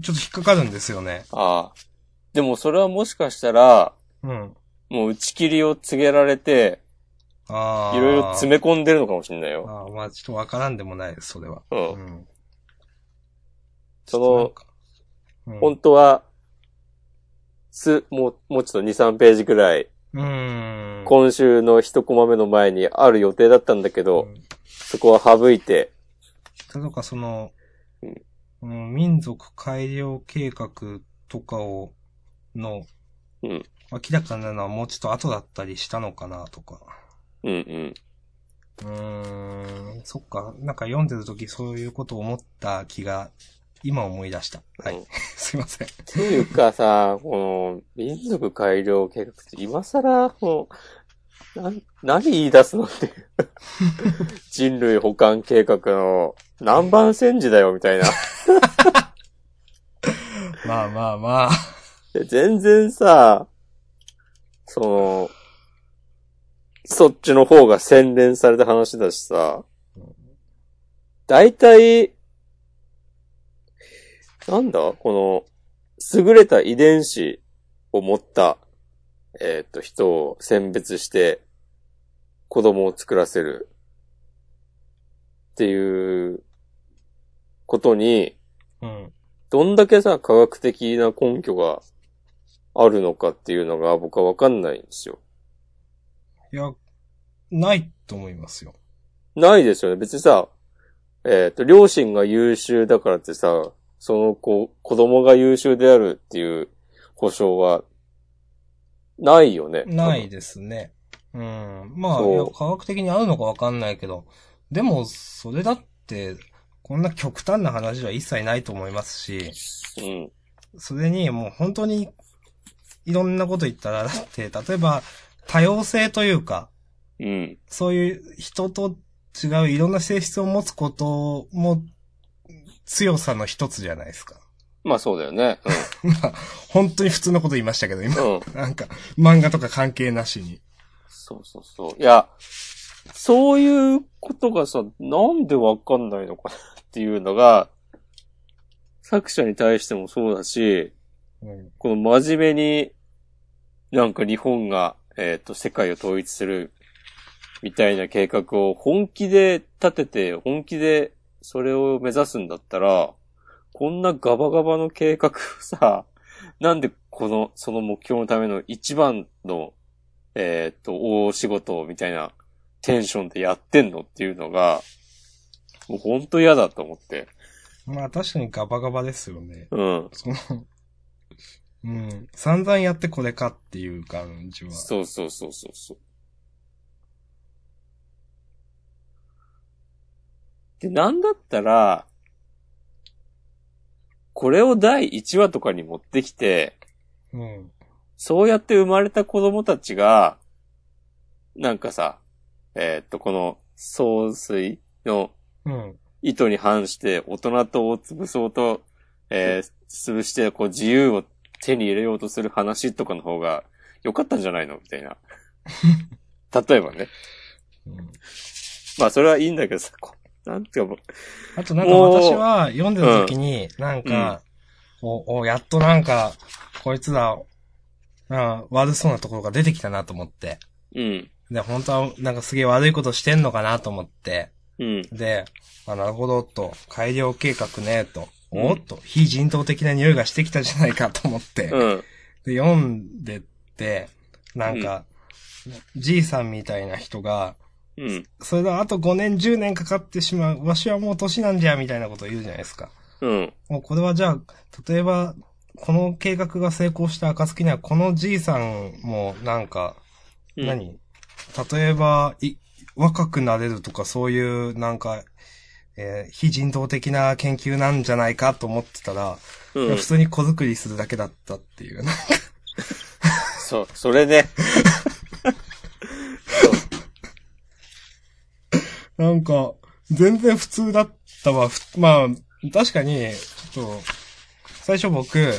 S1: ちょっと引っかかるんですよね。
S2: ああ。でもそれはもしかしたら、
S1: うん。
S2: もう打ち切りを告げられて、
S1: ああ。
S2: いろいろ詰め込んでるのかもしれないよ。
S1: ああ、まあちょっとわからんでもないです、それは。
S2: うん
S1: ん。
S2: その、
S1: なんか
S2: 本当は、す、もう、もうちょっと2、3ページくらい、
S1: うん。うん。
S2: 今週の1コマ目の前にある予定だったんだけど、
S1: うん
S2: そこは省いて、
S1: それとかその
S2: う
S1: う
S2: ん、
S1: ん、民族改良計画とかを、の、
S2: うん
S1: 明らかになるのはもうちょっと後だったりしたのかなとか。
S2: うんうん。
S1: うーん、そっか。なんか読んでる時そういうことを思った気が、今思い出した。は
S2: うん
S1: い。 すいません。
S2: っていうかさ、 この、民族改良計画って今更、もう、なん、何言い出す のっていう。人類保管計画の南蛮戦時だよ、みたいな。
S1: まあまあまあ。
S2: で全然さ、その、そっちの方が洗練された話だしさ、大体、なんだこの、優れた遺伝子を持った、えっ、と、人を選別して、子供を作らせる。っていう、ことに、
S1: うん。
S2: どんだけさ、科学的な根拠があるのかっていうのが僕はわかんないんですよ。
S1: いや、ないと思いますよ。
S2: ないですよね。別にさ、えっ、と、両親が優秀だからってさ、その子、子供が優秀であるっていう保証は、ない よね。
S1: ない。ですね。うん。まあ、
S2: そう
S1: いや科学的にあるのかわかんないけど、でも、それだって、こんな極端な話は一切ないと思いますし、
S2: うん。
S1: それにもう本当に、いろんなこと言ったら、だって、例えば、多様性というか、
S2: うん。
S1: そういう人と違ういろんな性質を持つことも、強さの一つじゃないですか。
S2: まあそうだよね。
S1: まあ、本当に普通のこと言いましたけど、今
S2: う。ん。うん。
S1: なんか、漫画とか関係なしに。
S2: そうそうそう。いや、そういうことがさ、なんでわかんないのかなっていうのが、作者に対してもそうだし、
S1: うん。
S2: この真面目に、なんか日本が、えっ、と、世界を統一するみたいな計画を本気で立てて、本気でそれを目指すんだったら、こんなガバガバの計画をさ、 なんでこの、その目標のための一番の、えーっと、大仕事みたいなテンションでやってんのっていうのが、もうほんと嫌だと思って。
S1: まあ確かにガバガバですよね。
S2: うん。
S1: その、うん。散々やってこれかっていう感じは。
S2: そうそうそうそうそう。で、なんだったら、これを第1話とかに持ってきて、
S1: うん。
S2: そうやって生まれた子供たちが、なんかさ、えーっと、この、総水の
S1: うん。
S2: 意図に反して、大人とを潰そうと、えー潰して、こう、自由を手に入れようとする話とかの方が、良かったんじゃないのみたいな。例えばね。
S1: うん
S2: まあ、それはいいんだけどさ、こうなんていうかも
S1: あとなんか私は読んでた時に、なんか、お、お、やっとなんか、こいつら、うん、悪そうなところが出てきたなと思って。
S2: う、うん、
S1: で、本当はなんかすげえ悪いことしてんのかなと思って。
S2: うん、
S1: で、あなるほど、と、改良計画ね、と。
S2: うん
S1: おっと、非人道的な匂いがしてきたじゃないかと思って。
S2: うん、
S1: で、読んでって、なんか、じいさんみたいな人が、
S2: うん、
S1: それであと5年、10年かかってしまう。わしはもう年なんじゃ、みたいなことを言うじゃないですか。
S2: うん、
S1: もうこれはじゃあ、例えば、この計画が成功した暁には、このじいさんも、なんか、
S2: うん。
S1: 何例えば、い、若くなれるとか、そういう、なんか、えー非人道的な研究なんじゃないかと思ってたら、
S2: うん
S1: 普。通に子作りするだけだったっていう。
S2: そう、それね。
S1: なんか、全然普通だったわ。ふまあ、確かに、ちょっと、最初僕、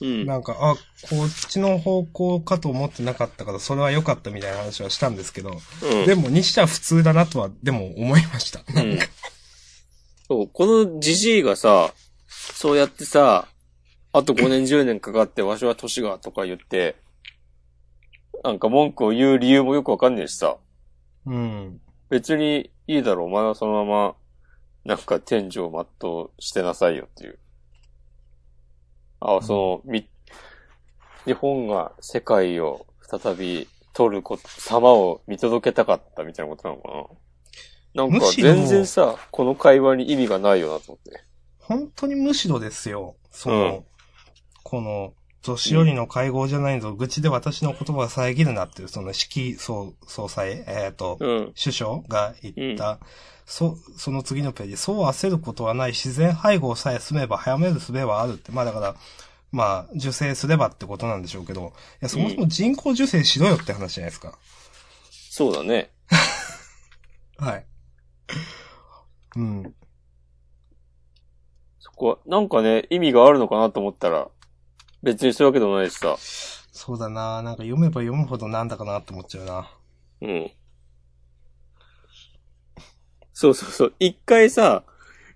S2: うん、
S1: なんか、あ、こっちの方向かと思ってなかったから、それは良かったみたいな話はしたんですけど、
S2: うん。
S1: でも、にしては普通だなとは、でも思いました。
S2: うん。そう、このじじいがさ、そうやってさ、あと5年10年かかって、わしは年がとか言って、なんか文句を言う理由もよくわかんねえしさ、
S1: うん。
S2: 別にいいだろ、お前はそのまま、なんか天井を全うしてなさいよっていう。あ、その、み、日本が世界を再び取ること、様を見届けたかったみたいなことなのかななんか
S1: むしろ
S2: 全然さ、この会話に意味がないよなと思って。
S1: 本当にむしろですよ。そ
S2: うん
S1: の、この、年寄りの会合じゃないぞ、愚痴で私の言葉を遮るなっていう、その指揮総総裁、えっ、と、
S2: うん。
S1: 首相が言った、そ、その次のページ、そう焦ることはない自然配合さえ済めば早める術はあるって、まあだから、まあ、受精すればってことなんでしょうけど、いや、そもそも人工受精しろよって話じゃないですか。
S2: そうだね。
S1: はい。うん。
S2: そこは、なんかね、意味があるのかなと思ったら、別にそういうわけでもないしさ。
S1: そうだななんか読めば読むほどなんだかなって思っちゃうな。
S2: うん。そうそうそう。一回さ、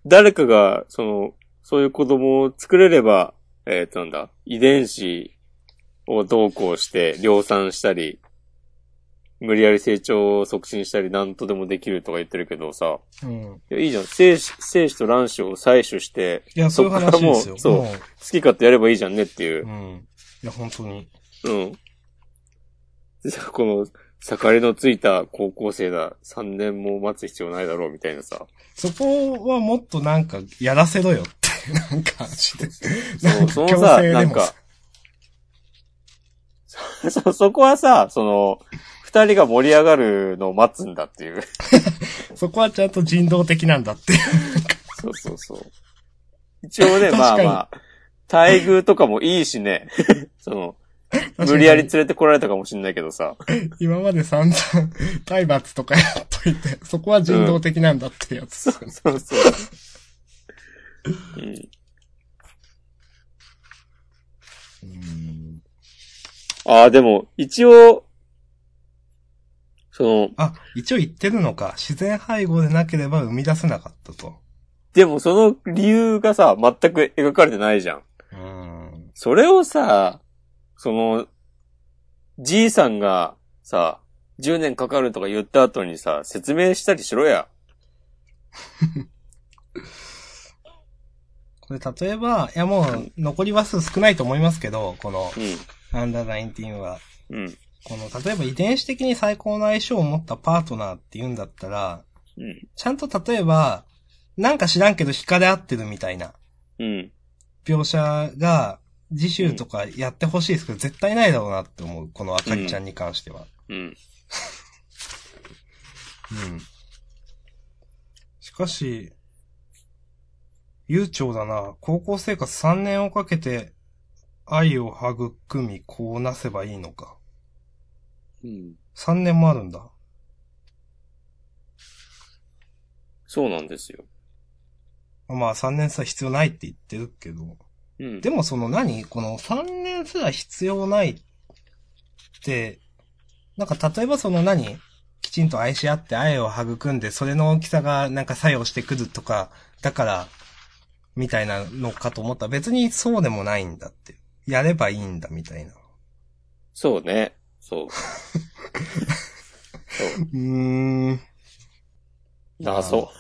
S2: 誰かが、その、そういう子供を作れれば、えっ、となんだ、遺伝子をどうこうして量産したり、無理やり成長を促進したり、なんとでもできるとか言ってるけどさ、
S1: うん。
S2: いやいいじゃん。精子、精子と卵子を採取して、
S1: いや、そういう話ですよ。
S2: そっからも
S1: も
S2: 好き勝手やればいいじゃんねっていう
S1: う。うん。いや、本当に。
S2: うん。でさ、この、盛りのついた高校生だ、3年も待つ必要ないだろう、みたいなさ。
S1: そこはもっとなんか、やらせろよって、なんかして。
S2: そう、その
S1: 強
S2: さ、
S1: 制でも
S2: なんか、 そ、そこはさ、その、二人が盛り上がるのを待つんだっていう。
S1: そこはちゃんと人道的なんだっていう。
S2: そうそうそう。一応
S1: 確か
S2: ね、
S1: に
S2: まあまあ、待遇とかもいいしね、 その、無理やり連れてこられたかもしんないけどさ。
S1: 今まで散々、体罰とかやっといて、そこは人道的なんだってやつ。
S2: そうそう。うん。
S1: うん
S2: ああ、でも、一応、その、
S1: あ、一応言ってるのか。自然配合でなければ生み出せなかったと。
S2: でもその理由がさ、全く描かれてないじゃん。
S1: うん。
S2: それをさ、その、じいさんがさ、 10年かかるとか言った後にさ、説明したりしろや。
S1: これ例えば、いやもう残り話数少ないと思いますけど、この
S2: う
S1: アンダー19は。
S2: ん。うん。
S1: この例えば遺伝子的に最高の相性を持ったパートナーって言うんだったら、
S2: うん。
S1: ちゃんと例えば、なんか知らんけど惹かれ合ってるみたいな
S2: うん。
S1: 描写が、次週とかやってほしいですけど、絶対ないだろうなって思う。このあかりちゃんに関しては。
S2: うん。
S1: うん。しかし、悠長だな。高校生活3年をかけて愛を育み、こうなせばいいのか。
S2: うん。
S1: 3年もあるんだ。
S2: そうなんですよ。
S1: まあ3年さ必要ないって言ってるけど。
S2: うん。
S1: でもその何この3年すら必要ないって、なんか例えばその何きちんと愛し合って愛を育んで、それの大きさがなんか作用してくるとか、だから、みたいなのかと思ったら別にそうでもないんだって。やればいいんだみたいな。
S2: そうね。そう。そう
S1: う。ーん。
S2: 謎。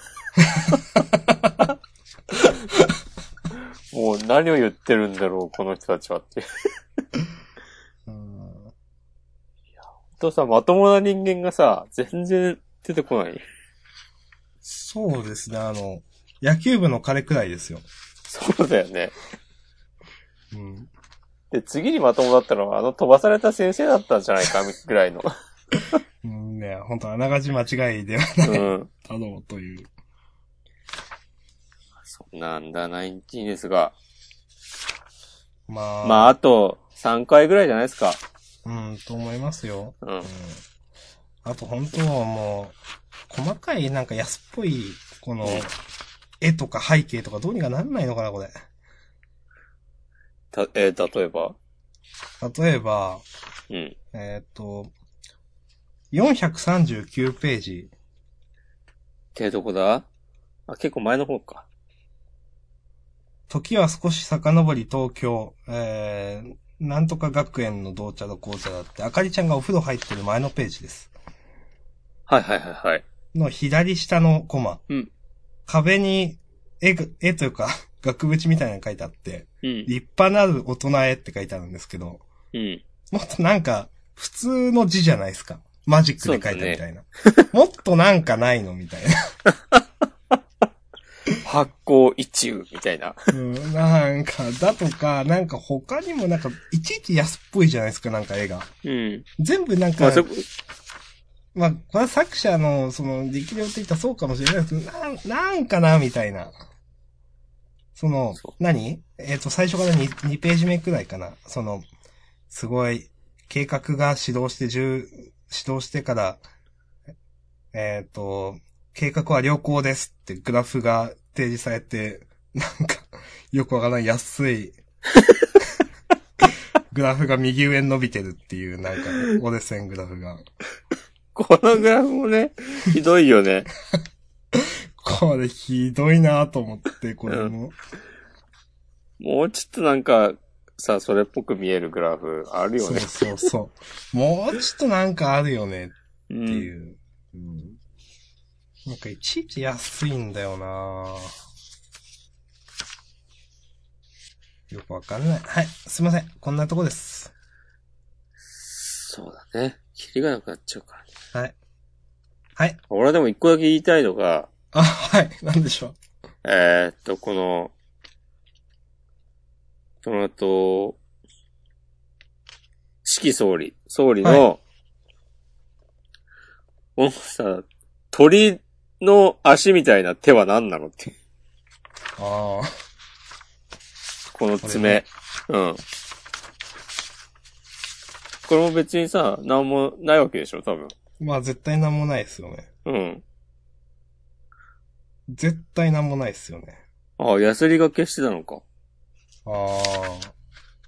S2: もう何を言ってるんだろう、この人たちはって。
S1: うん
S2: とさ、まともな人間がさ、全然出てこない。
S1: そうですね、あの、野球部の彼くらいですよ。
S2: そうだよね。
S1: うん。
S2: で、次にまともだったのは、あの飛ばされた先生だったんじゃないか、ぐらいの。
S1: うんね、本当あながち間違いでは
S2: うん。
S1: だろうという。
S2: そんなんだ、ナインティーンですが。
S1: まあ、
S2: まあ、あと、3回ぐらいじゃないですか。
S1: うん、と思いますよ。
S2: うん。
S1: あと本当はもう、細かいなんか安っぽい、この、絵とか背景とかどうにかなんないのかな、これ。
S2: た、えー例えば
S1: 例えば、
S2: うん。
S1: えーっと、439ページ。
S2: ってどこだあ、結構前の方か。
S1: 時は少し遡り東京、えー、なんとか学園の同茶と紅茶だって、あかりちゃんがお風呂入ってる前のページです。
S2: はいはいはいはい。
S1: の左下のコマ。
S2: うん
S1: 壁に絵が、絵というか、 額縁みたいなの書いてあって、
S2: うん。
S1: 立派なる大人へって書いてあるんですけど、
S2: うん。
S1: もっとなんか、普通の字じゃないですか。マジックで書いたみたいな。もっとなんかないのみたい な。
S2: 発行一遊みたいな。
S1: うん、なんか、だとか、なんか他にもなんか、いちいち安っぽいじゃないですか、なんか絵が。
S2: うん。
S1: 全部なんか、ま
S2: まあ、
S1: あ
S2: そ、こ、
S1: これは作者の、その、力量って言ったらそうかもしれないですけど、なん、なんかな、みたいな。その、
S2: そう
S1: 何えっ、と、最初から 2, 2ページ目くらいかな。その、すごい、計画が始動して10、始動してから、えっ、と、計画は良好ですってグラフが提示されて、なんか、よくわからない安 い、グラフが右上に伸びてるっていう、なんか、折れ線グラフが。
S2: このグラフもね、ひどいよね。
S1: これひどいなと思って、これも。
S2: もうちょっとなんか、さ、それっぽく見えるグラフあるよ
S1: そう
S2: ね。
S1: そうそう。もうちょっとなんかあるよね
S2: う
S1: って
S2: ん。
S1: いう。うんなんかいちいち安いんだよなよくわかんない。はい。すいません。こんなとこです。
S2: そうだね。キリがなくなっちゃうから、ね。
S1: はい。はい。
S2: 俺はでも一個だけ言いたいのが、
S1: あ、はい。なんでしょ
S2: えー、っと、この、その後、四季総理、総理の、このさ、鳥の足みたいな手は何なのって、
S1: う。ああ。
S2: この爪。うん。これも別にさ、なんもないわけでしょ、多分。
S1: まあ絶対なんもないですよね。
S2: うん。
S1: 絶対なんもないですよね。
S2: ああ、ヤスリがけしてたのか。
S1: ああ。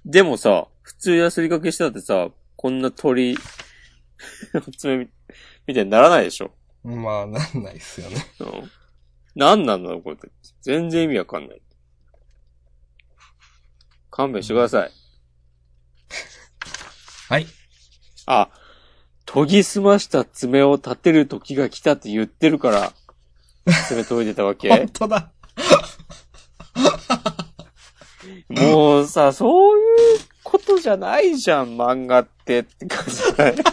S2: でもさ、普通ヤスリがけしてたってさ、こんな鳥、 爪みみたいにならないでしょ。
S1: まあなんないですよね。
S2: うん。なんなんだろう、これって。全然意味わかんない。勘弁してください。
S1: はい。
S2: あ、研ぎ澄ました爪を立てる時が来たって言ってるから、爪研いでたわ
S1: 本
S2: け
S1: 当だ。
S2: もうさ、そういうことじゃないじゃん、漫画ってって感じだね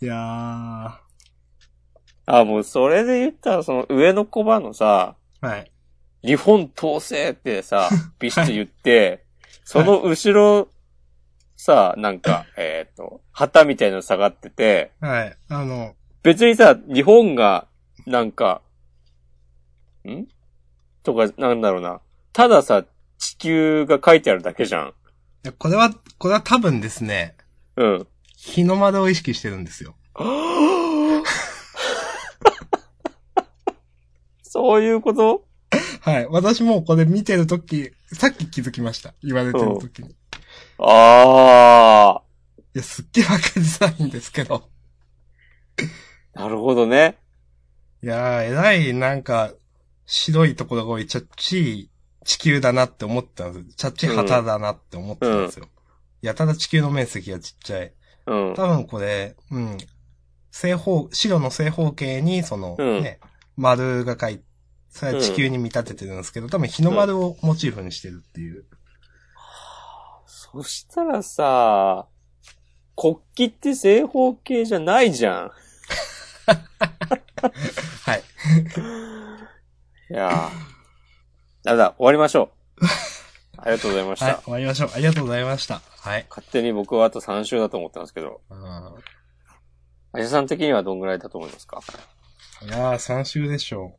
S1: いやー。
S2: あ、もうそれで言ったら、その上のコバのさ、
S1: はい。
S2: 日本統制ってさ、ビシッと言って、その後ろ、さ、なんか、えっ、と、旗みたいなの下がってて、
S1: はい。あの、
S2: 別にさ、日本が、なんか、んとか、なんだろうな。たださ、地球が書いてあるだけじゃん。
S1: いやこれは、これは多分ですね、
S2: うん。
S1: 日の丸を意識してるんですよ。
S2: そういうこと
S1: はい。私もこれ見てるとき、さっき気づきました。言われてるときに。い
S2: あ
S1: や、すっげえわかりづらいんですけど。
S2: あ。なるほどね。
S1: いやー、偉い、なんか、白いところが多い、ちゃっちい地球だなって思ったんです。ちゃっちい旗だなって思ったんですよ。やたら地球の面積がちっちゃい。
S2: うん。
S1: 多分これ、うん。正方、白の正方形に、その、
S2: うん
S1: ね、丸が書いて、それは地球に見立ててるんですけど、多分日の丸をモチーフにしてるっていう。
S2: そしたらさ、国旗って正方形じゃないじゃん。
S1: はい。
S2: いやー。ダメだ、終わりましょう。ありがとうございました。
S1: はい、終わりましょう。ありがとうございました。はい。
S2: 勝手に僕はあと3週だと思ったんですけど、
S1: あ
S2: アジさん的にはどんぐらいだと思いますか
S1: ーいやー、3週でしょう。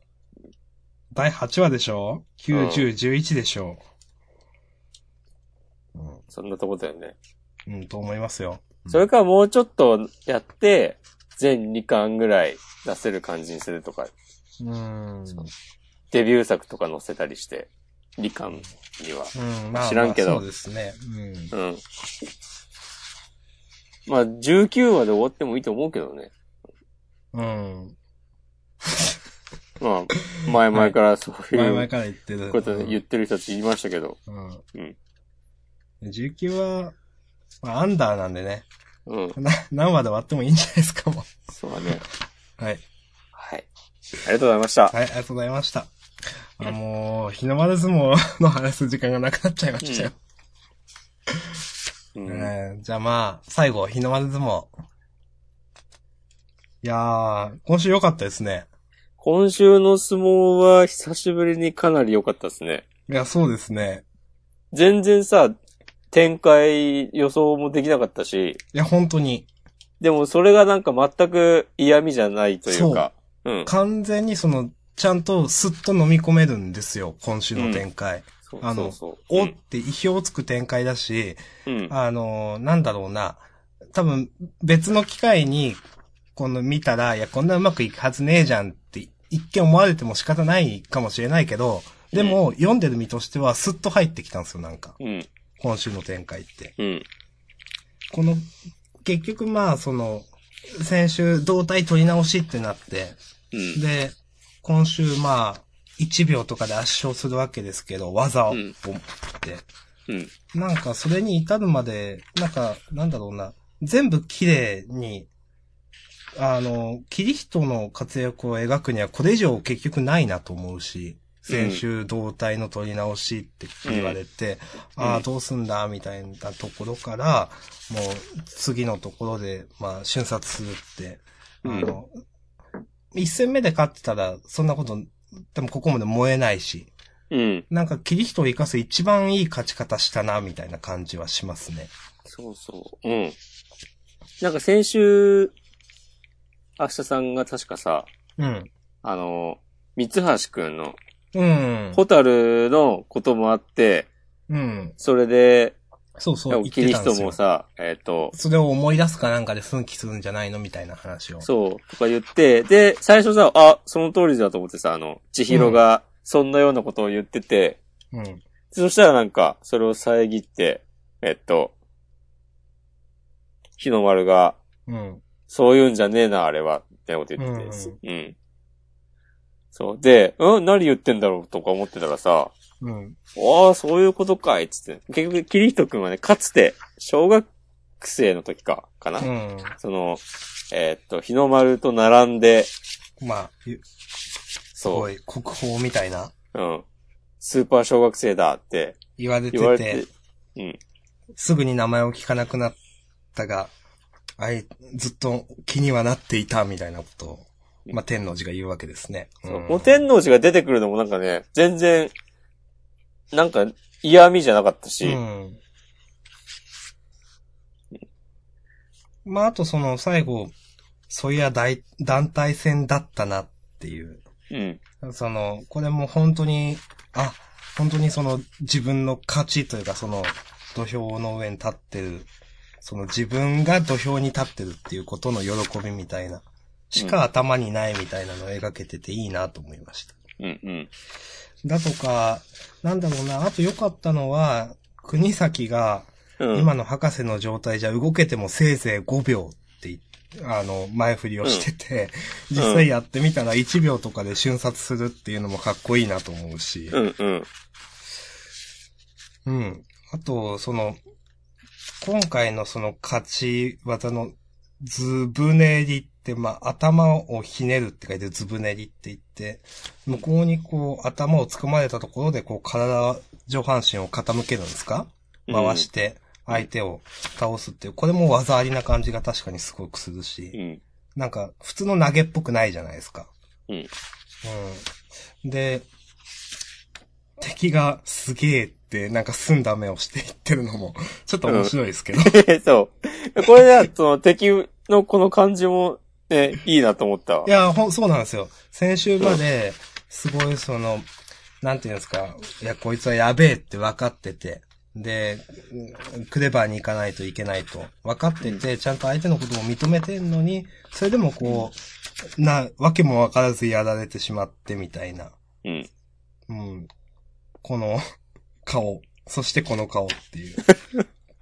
S1: 第8話でしょう
S2: うん
S1: ?9、10、11でしょう。うん
S2: そんなとこだよね。
S1: うん、と思いますよ。
S2: それかもうちょっとやって、全2巻ぐらい出せる感じにするとか、
S1: うん。
S2: デビュー作とか載せたりして、2巻には。
S1: うん、まあ、
S2: 知らんけど
S1: まあそうですね。うん。
S2: うん。まあ、19話で終わってもいいと思うけどね。
S1: うん。
S2: まあ、前々からそう
S1: 前
S2: い
S1: 々
S2: う
S1: から言ってる。
S2: こと
S1: うん
S2: 言ってる人たち言いましたけど、
S1: うん。19は、まあ、アンダーなんでね。
S2: うん。
S1: な、何話で終わってもいいんじゃないですかもう。
S2: そうだね。
S1: はい。
S2: はい。ありがとうございました。
S1: はい、ありがとうございました。あもう、日の丸相撲の話す時間がなくなっちゃいましたよ。
S2: うん
S1: ねえじゃあまあ、最後、日の丸相撲。いやー、今週良かったですね。
S2: 今週の相撲は久しぶりにかなり良かったですね。
S1: いや、そうですね。
S2: 全然さ、展開予想もできなかったし、
S1: いや、本当に、
S2: でもそれがなんか全く嫌味じゃないというか。うん。
S1: 完全にその、ちゃんとスッと飲み込めるんですよ、今週の展開。
S2: そう
S1: あ
S2: そ
S1: の
S2: うそう。
S1: おって意表をつく展開だし、
S2: うん。 うん。
S1: あの、なんだろうな。多分、別の機会に、この見たら、いや、こんなうまくいくはずねえじゃんって、一見思われても仕方ないかもしれないけど、でも、読んでる身としては、スッと入ってきたんですよ、なんか。
S2: うん。
S1: 今週の展開って。
S2: うん。
S1: この、結局、まあ、その、先週、胴体取り直しってなって、
S2: うん。
S1: で、今週、まあ、1秒とかで圧勝するわけですけど、技を、
S2: う
S1: ポンっ
S2: ん
S1: て。
S2: うん。
S1: なんか、それに至るまで、なんか、なんだろうな、全部綺麗に、あの、キリヒトの活躍を描くにはこれ以上結局ないなと思うし、先週胴体の取り直しって言われて、
S2: うん
S1: あ
S2: う
S1: あ、
S2: ん
S1: どうすんだ、みたいなところから、もう、次のところで、まあ、瞬殺するって、あの、一戦目で勝ってたら、そんなこと、でもここまで燃えないし、
S2: うん。
S1: なんか、キリヒトを生かす一番いい勝ち方したな、みたいな感じはしますね。
S2: そうそう。うん。なんか先週、明日さんが確かさ、
S1: うん。
S2: あの、三橋くんの、
S1: うん。
S2: ホタルのこともあって、
S1: うん。
S2: それで、
S1: そうそ
S2: 多
S1: う、
S2: 分
S1: 言っ
S2: キ
S1: て
S2: リ
S1: たん
S2: ヒ
S1: で
S2: ト
S1: すよ
S2: も。さ、えっ、と、
S1: それを思い出すかなんかで奮起するんじゃないのみたいな話を。
S2: そう、とか言って、で、最初さ、あ、その通りだと思ってさ、あの、千尋が、そんなようなことを言ってて、
S1: う。うん。
S2: そしたらなんか、それを遮って、えっと、日の丸が、
S1: うん。
S2: そういうんじゃねえな、あれは、みたいなこと言ってて、
S1: うん
S2: うん。そう。で、うん何言ってんだろうとか思ってたらさ、
S1: うん。
S2: ああ、そういうことかい、つって。結局、キリヒト君はね、かつて、小学生の時か、かな、
S1: うん。
S2: その、えーっと、日の丸と並んで、
S1: まあ、ゆす
S2: そ
S1: ご
S2: う、
S1: い国宝みたいな
S2: うん。スーパー小学生だって
S1: 言われて
S2: 言われ
S1: て、
S2: て、
S1: すぐに名前を聞かなくなったが、あい、ずっと気にはなっていたみたいなことを、まあ、天皇寺が言うわけですね。
S2: そう
S1: うん
S2: もう天皇寺が出てくるのもなんかね、全然、なんか嫌味じゃなかったし、
S1: うん。まあ、あとその最後、そういや大団体戦だったなっていう。
S2: うん。
S1: その、これも本当に、あ、本当にその自分の価値というかその土俵の上に立ってる、その自分が土俵に立ってるっていうことの喜びみたいな、しか頭にないみたいなのを描けてていいなと思いました。
S2: うん、うん。
S1: だとか、なんだろうな、あと良かったのは、国崎が、
S2: うん。
S1: 今の博士の状態じゃ動けてもせいぜい5秒って言って、あの、前振りをしてて、
S2: ん
S1: 実際やってみたら1秒とかで瞬殺するっていうのもかっこいいなと思うし、
S2: うん、うん。
S1: うん。あと、その、今回のその勝ち技のずぶねりって、まあ、頭をひねるって書いてずぶねりって言って、向こうにこう、頭をつかまれたところで、こう、体、上半身を傾けるんですか回して相手を倒すっていう、これも技ありな感じが確かにすごくする
S2: う
S1: し、
S2: ん。
S1: なんか普通の投げっぽくないじゃないですか。
S2: うん
S1: うん。で、敵がすげえって、なんか澄んだ目をしていってるのも、ちょっと面白いですけど。
S2: うん。 そう。これで、その敵のこの感じも、ね、いいなと思ったわ
S1: い。や、ほん、そうなんですよ。先週まで、すごいその、なんていうんですか、いや、こいつはやべえって分かってて、で、うんクレバーに行かないといけないと。分かってて、ちゃんと相手のことも認めてんのに、それでもこう、な、わけも分からずやられてしまってみたいな。
S2: うん。
S1: うん。この顔。そしてこの顔って いう。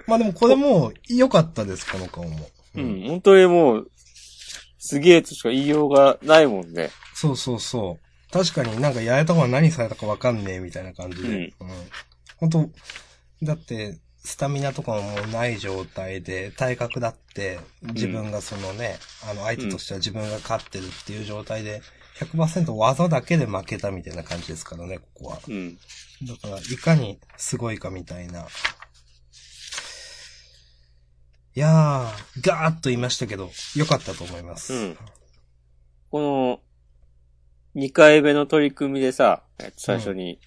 S1: まあでもこれも良かったです、この顔も。
S2: うん。本当にもう、すげえとしか言いようがないもんね。
S1: そうそうそう。確かになんかやられた方が何されたかわかんねえみたいな感じで。うん。本当だって、スタミナとかももうない状態で、体格だって、自分がそのね、あの、相手としては自分が勝ってるっていう状態で、100%技だけで負けたみたいな感じですからね、ここは。
S2: うん。
S1: だから、いかにすごいかみたいな。いやー、ガーッと言いましたけど、良かったと思います。
S2: うんこの、2回目の取り組みでさ、えっと最初に、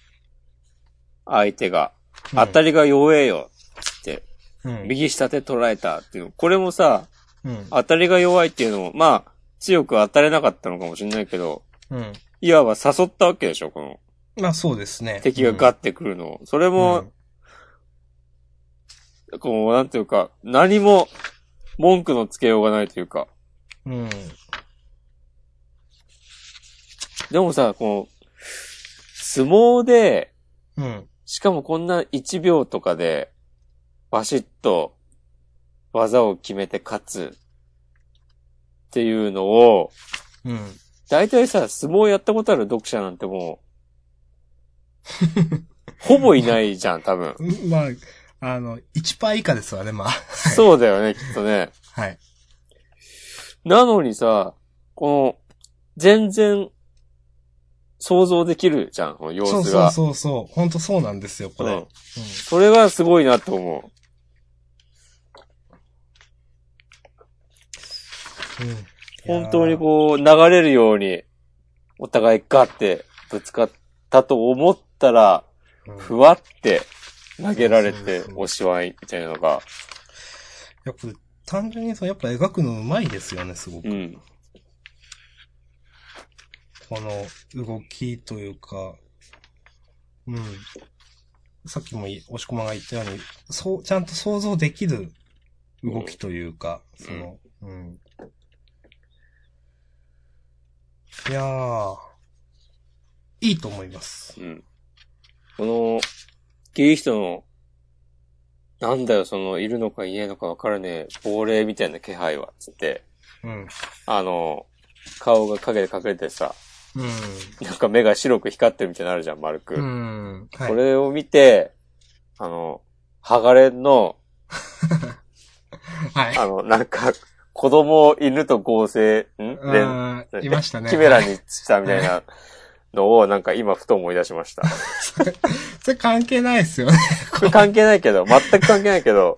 S2: 相手が、当た
S1: り、
S2: りが弱えよ、つって、
S1: うん、
S2: 右下手捉えたっていうの。これもさ、
S1: うん。
S2: 当たりが弱いっていうのも、まあ、強く当たれなかったのかもしれないけど、
S1: うん。
S2: いわば誘ったわけでしょ、この
S1: まあそうですね。
S2: 敵がガッてくるのを。それ
S1: ッ
S2: も、こう、なんていうか、何も文句のつけようがないというか。
S1: うん。うん。
S2: でもさ、こう、相撲で、
S1: うん。
S2: しかもこんな1秒とかで、バシッと技を決めて勝つっていうのを、
S1: うん。
S2: 大体さ、相撲やったことある読者なんてもう、ほぼいないじゃん、多分。
S1: うんまあ、あの、1パー以下ですわね、まあ。
S2: そうだよね、きっとね。
S1: はい。
S2: なのにさ、この、全然、想像できるじゃん、この様子
S1: そ
S2: が。
S1: うそうそうそう。本当そうなんですよ、これ。
S2: う
S1: うん
S2: ん。それがすごいなと思う。本当にこう、流れるように、お互いガッてぶつかったと思ったら、
S1: うん。いやーうん
S2: ふわって投げられて
S1: そうそうそう
S2: おしまいみたいなのが、
S1: やっぱ単純にそう、やっぱ描くのうまいですよね、すごく。
S2: うん。
S1: この動きというか、うん。さっきもい押し込まが言ったように、そう、ちゃんと想像できる動きというか、
S2: うん
S1: その、うん。いやー、いいと思います。
S2: うん。この、キリヒトの、なんだよ、その、いるのかいねえのかわからねえ、亡霊みたいな気配は、つって、
S1: うん。
S2: あの、顔が影で隠れてさ、なんか目が白く光ってるみたいになのあるじゃん、丸く。
S1: うん。うん。はい
S2: こ。れを見て、あの、ハガレンの、
S1: はい。
S2: あの、なんか、子供、犬と合成、ん連
S1: あーいましたね。
S2: キメラにしたみたいなのを、なんか今ふと思い出しました。
S1: それ関係ないですよね。
S2: これ関係ないけど、全く関係ないけど、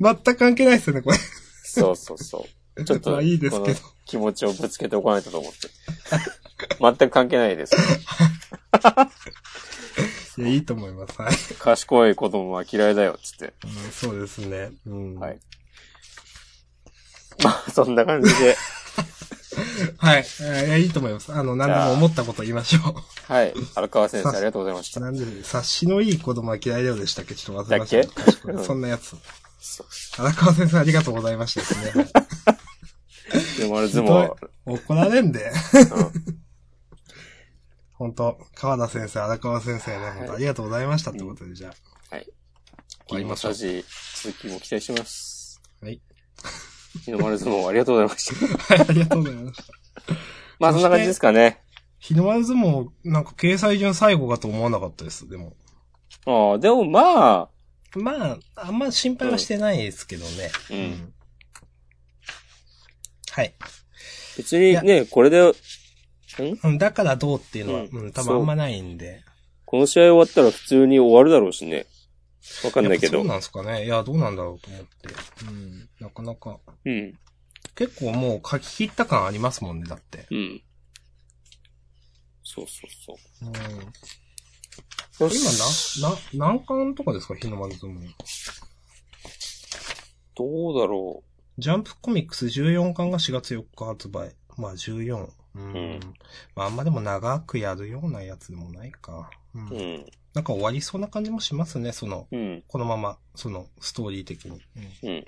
S1: 全く関係ないですよね、これ。
S2: そうそうそう。ちょっ
S1: ま
S2: と、
S1: あいいですけど
S2: この気持ちをぶつけておかないとと思って。全く関係ないです。
S1: いや、いいと思います。はい。
S2: 賢い子供は嫌いだよ、つって。
S1: うんそうですね。うん。
S2: はい。まあ、そん な感じで。
S1: はい。えーいや、いいと思います。あの、何でも思ったこと言いましょう。
S2: はい。荒川先生、ありがとうございま した。
S1: なんで、察しのいい子供は嫌いだよでしたっけちょっと忘れました。
S2: だっけ
S1: 賢い
S2: うん
S1: そんなやつ。
S2: そう
S1: 荒川先生ありがとうございましたですね。
S2: でもあれ、ズボンは、
S1: 怒られんで。
S2: うん
S1: 本当川田先生、荒川先生ね、本当ありがとうございましたってことで、じゃ
S2: はい。
S1: わりましょう
S2: し続きも期待してます。
S1: はい。
S2: 日の丸相撲ありがとうございました。
S1: あ。はい、ありがとうございました。
S2: まあ、そんな感じですかね。
S1: 日の丸相撲、なんか掲載順最後かと思わなかったです、でも。
S2: ああ、でもまあ、
S1: まあ、あんま心配はしてないですけどね。
S2: う。。
S1: うんはい。
S2: 別にね、これで、ん
S1: うんだからどうっていうのは、
S2: う
S1: うんん、多分あんまないんで。
S2: この試合終わったら普通に終わるだろうしね。わかんないけ
S1: やっ
S2: ど
S1: ぱそう。なんですかね。いや、どうなんだろうと思って。うん。なかなか。
S2: うん。
S1: 結構もう書き切った感ありますもんね、だって。
S2: うん。そうそうそう。
S1: うん。
S2: 今
S1: 今な、な、何巻とかですか、日の丸相撲。
S2: どうだろ
S1: ジャンプコミックス14巻が4月4日発売。まあ14。うん。
S2: ん
S1: まああんまでも長くやるようなやつでもないか。うん。
S2: う。うん。
S1: なんか終わりそうな感じもしますね、その、
S2: うん。
S1: このまま、その、ストーリー的に。
S2: うん。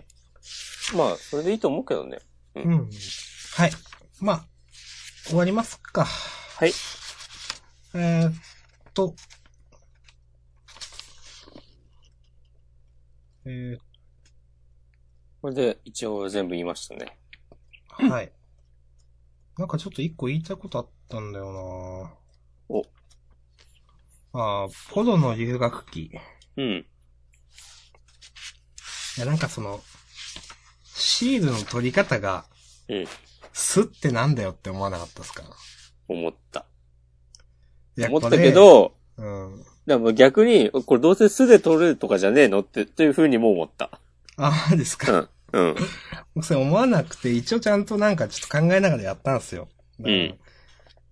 S2: まあ、それでいいと思うけどね。。
S1: うん。うん、はい。まあ、終わりますか。はいえー、っと。えー、
S2: これで一応全部言いましたね。
S1: はい。なんかちょっと一個言いたいことあったんだよな
S2: お
S1: ああ、ポロの留学期。い
S2: うん。
S1: や、なんかその、シールの取り方が、
S2: うん。
S1: すってなんだよって思わなかったですか
S2: 思った。
S1: いや
S2: 思ったけ、ど、
S1: これうん。
S2: でも逆に、これどうせ素で取るとかじゃねえのって、というふうにも思った。
S1: ああ、です
S2: う
S1: か。
S2: ん。うん。
S1: 僕それ思わなくて、一応ちゃんとなんかちょっと考えながらやったんですよ。だから
S2: うん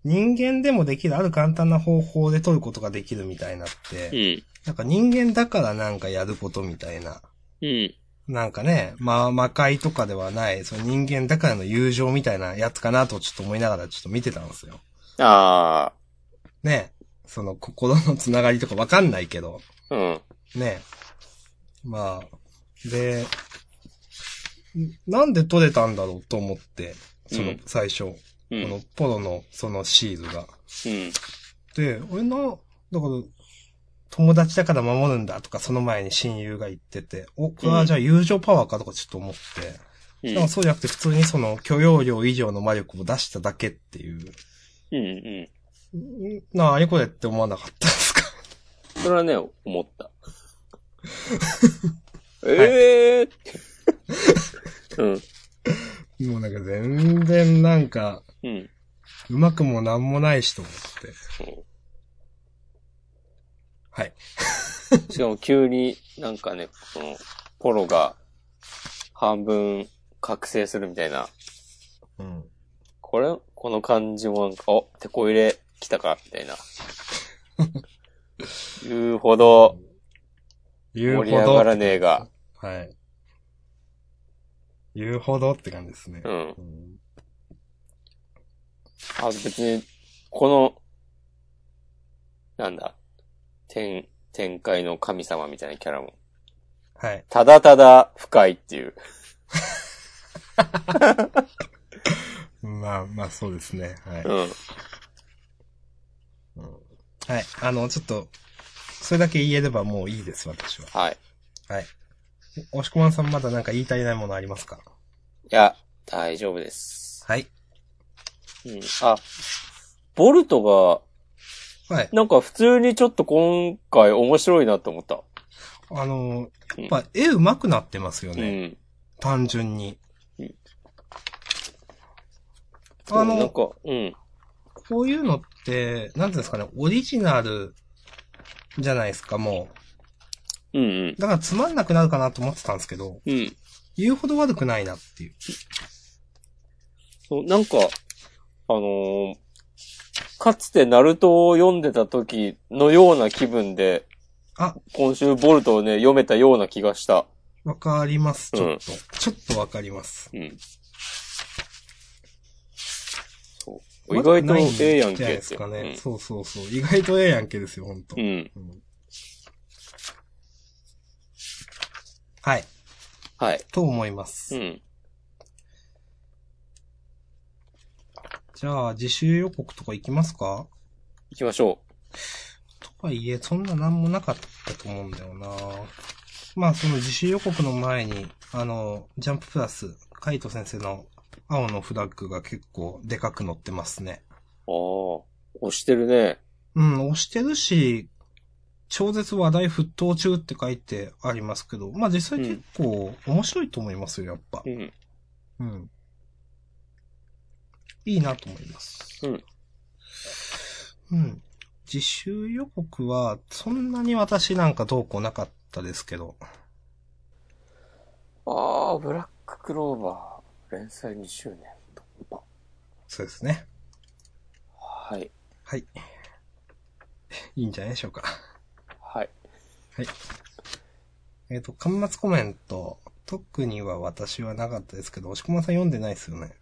S1: 人間でもできるある簡単な方法で取ることができるみたいなっ
S2: う
S1: て、
S2: ん。
S1: なんか人間だからなんかやることみたいな。
S2: うん。
S1: なんかね、まあ、魔界とかではない、その人間だからの友情みたいなやつかなとちょっと思いながらちょっと見てたんですよ。
S2: あ
S1: ね。その心のつながりとかわかんないけど、
S2: あ。うん。
S1: ね。まあ、で、んなんで取れたんだろうと思って、そうの
S2: ん
S1: 最初、
S2: うん。
S1: このポロのそのシールが。
S2: うん。
S1: で、俺の、だから、友達だから守るんだとか、その前に親友が言ってて、お、これはじゃあ友情パワーかとかちょっと思って、
S2: う
S1: でもそうじゃなくて普通にその許容量以上の魔力を出しただけっていう。
S2: ん。うん。
S1: んなあ、あれこれって思わなかったですか
S2: それはね、思った。ええーってうん。
S1: もうなんか全然なんか、
S2: うん。
S1: うまくもなんもないしと思って。はい。
S2: しかも急になんかね、この、ポロが半分覚醒するみたいな。
S1: うん。
S2: これ、この感じもなんか、お、てこ入れ来たか、みた いな。言うほど
S1: 言う
S2: 盛
S1: ほ
S2: り上が
S1: ど。
S2: らねえが。
S1: はい。言うほどって感じですね。
S2: うん。
S1: うん
S2: あ、別に、この、なんだ、天、天界の神様みたいなキャラも、
S1: はい。
S2: ただただ深いっていう。
S1: まあまあそうですね。はい。
S2: うん。
S1: はい。あの、ちょっと、それだけ言えればもういいです、私は。
S2: はい。
S1: はい。お押しこまんさんまだなんか言い足りないものありますか
S2: いや、大丈夫です。
S1: はい。
S2: うん。あ、ボルトが、
S1: はい。
S2: なんか普通にちょっと今回面白いなと思った。
S1: あのー、やっぱ絵上手くなってますよ
S2: う
S1: ね。
S2: ん。
S1: 単純に
S2: うん。
S1: あ
S2: そうなん
S1: の、
S2: か、うん。
S1: こういうのって、なんていうんですかね、オリジナルじゃないですか、も
S2: うんうん
S1: う。。だからつまんなくなるかなと思ってたんですけど、
S2: うん。
S1: 言うほど悪くないなっていう。
S2: そう、なんか、あのーかつてナルトを読んでた時のような気分で、
S1: あ
S2: 今週ボルトをね、読めたような気がした。
S1: わかります、ちょっと。
S2: う
S1: ちょっとわかります。
S2: うん。そう。意外
S1: 悪く
S2: と
S1: ない
S2: ええやん
S1: じゃない
S2: けっ
S1: です
S2: て。
S1: かね。そうそうそう。意外とええやんけですよ、ほんと
S2: うん。う。
S1: う
S2: ん。
S1: んはい。
S2: はい。
S1: と思います。
S2: うん。
S1: じゃあ、自習予告とか行きますか
S2: 行きましょ
S1: とはいえ、そんななんもなかったと思うんだよなまあ、その自習予告の前に、あの、ジャンププラス、カイト先生の青のフラッグが結構でかく乗ってますね。
S2: う。ああ。押してるね。
S1: うん、押してるし、超絶話題沸騰中って書いてありますけど、まあ実際結構面白いと思いますよ、やっぱ
S2: う。ん。
S1: うん。いいなと思います。
S2: うん。
S1: うん。自習予告は、そんなに私なんかどうこうなかったですけど。
S2: ああ、ブラッククローバー、連載2周年突破。
S1: そうですね。
S2: はい。
S1: はい。いいんじゃないでしょうか。
S2: はい。
S1: えっ、と、端末コメント。特には私はなかったですけど、押駒さん読んでないですよね。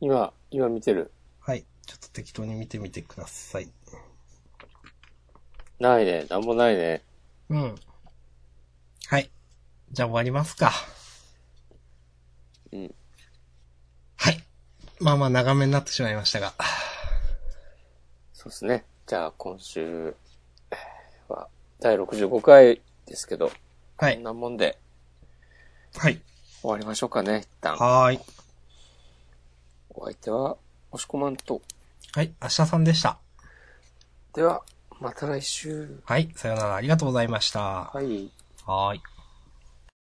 S2: 今、今見てる。
S1: はい。ちょっと適当に見てみてください。
S2: ないね。なんもないね。
S1: うん。はい。じゃあ終わりますか。
S2: うん。
S1: はい。まあまあ長めになってしまいましたが。
S2: そうですね。じゃあ、今週は、第65回ですけど、
S1: は
S2: こん
S1: い。
S2: なもんで
S1: はい。
S2: 終わりましょうかね、一旦。
S1: はーい。
S2: お相手は、押し込まんと。
S1: はい。明日さんでした。
S2: では、また来週。
S1: はい。さようなら。ありがとうございました。
S2: はい。
S1: はーい。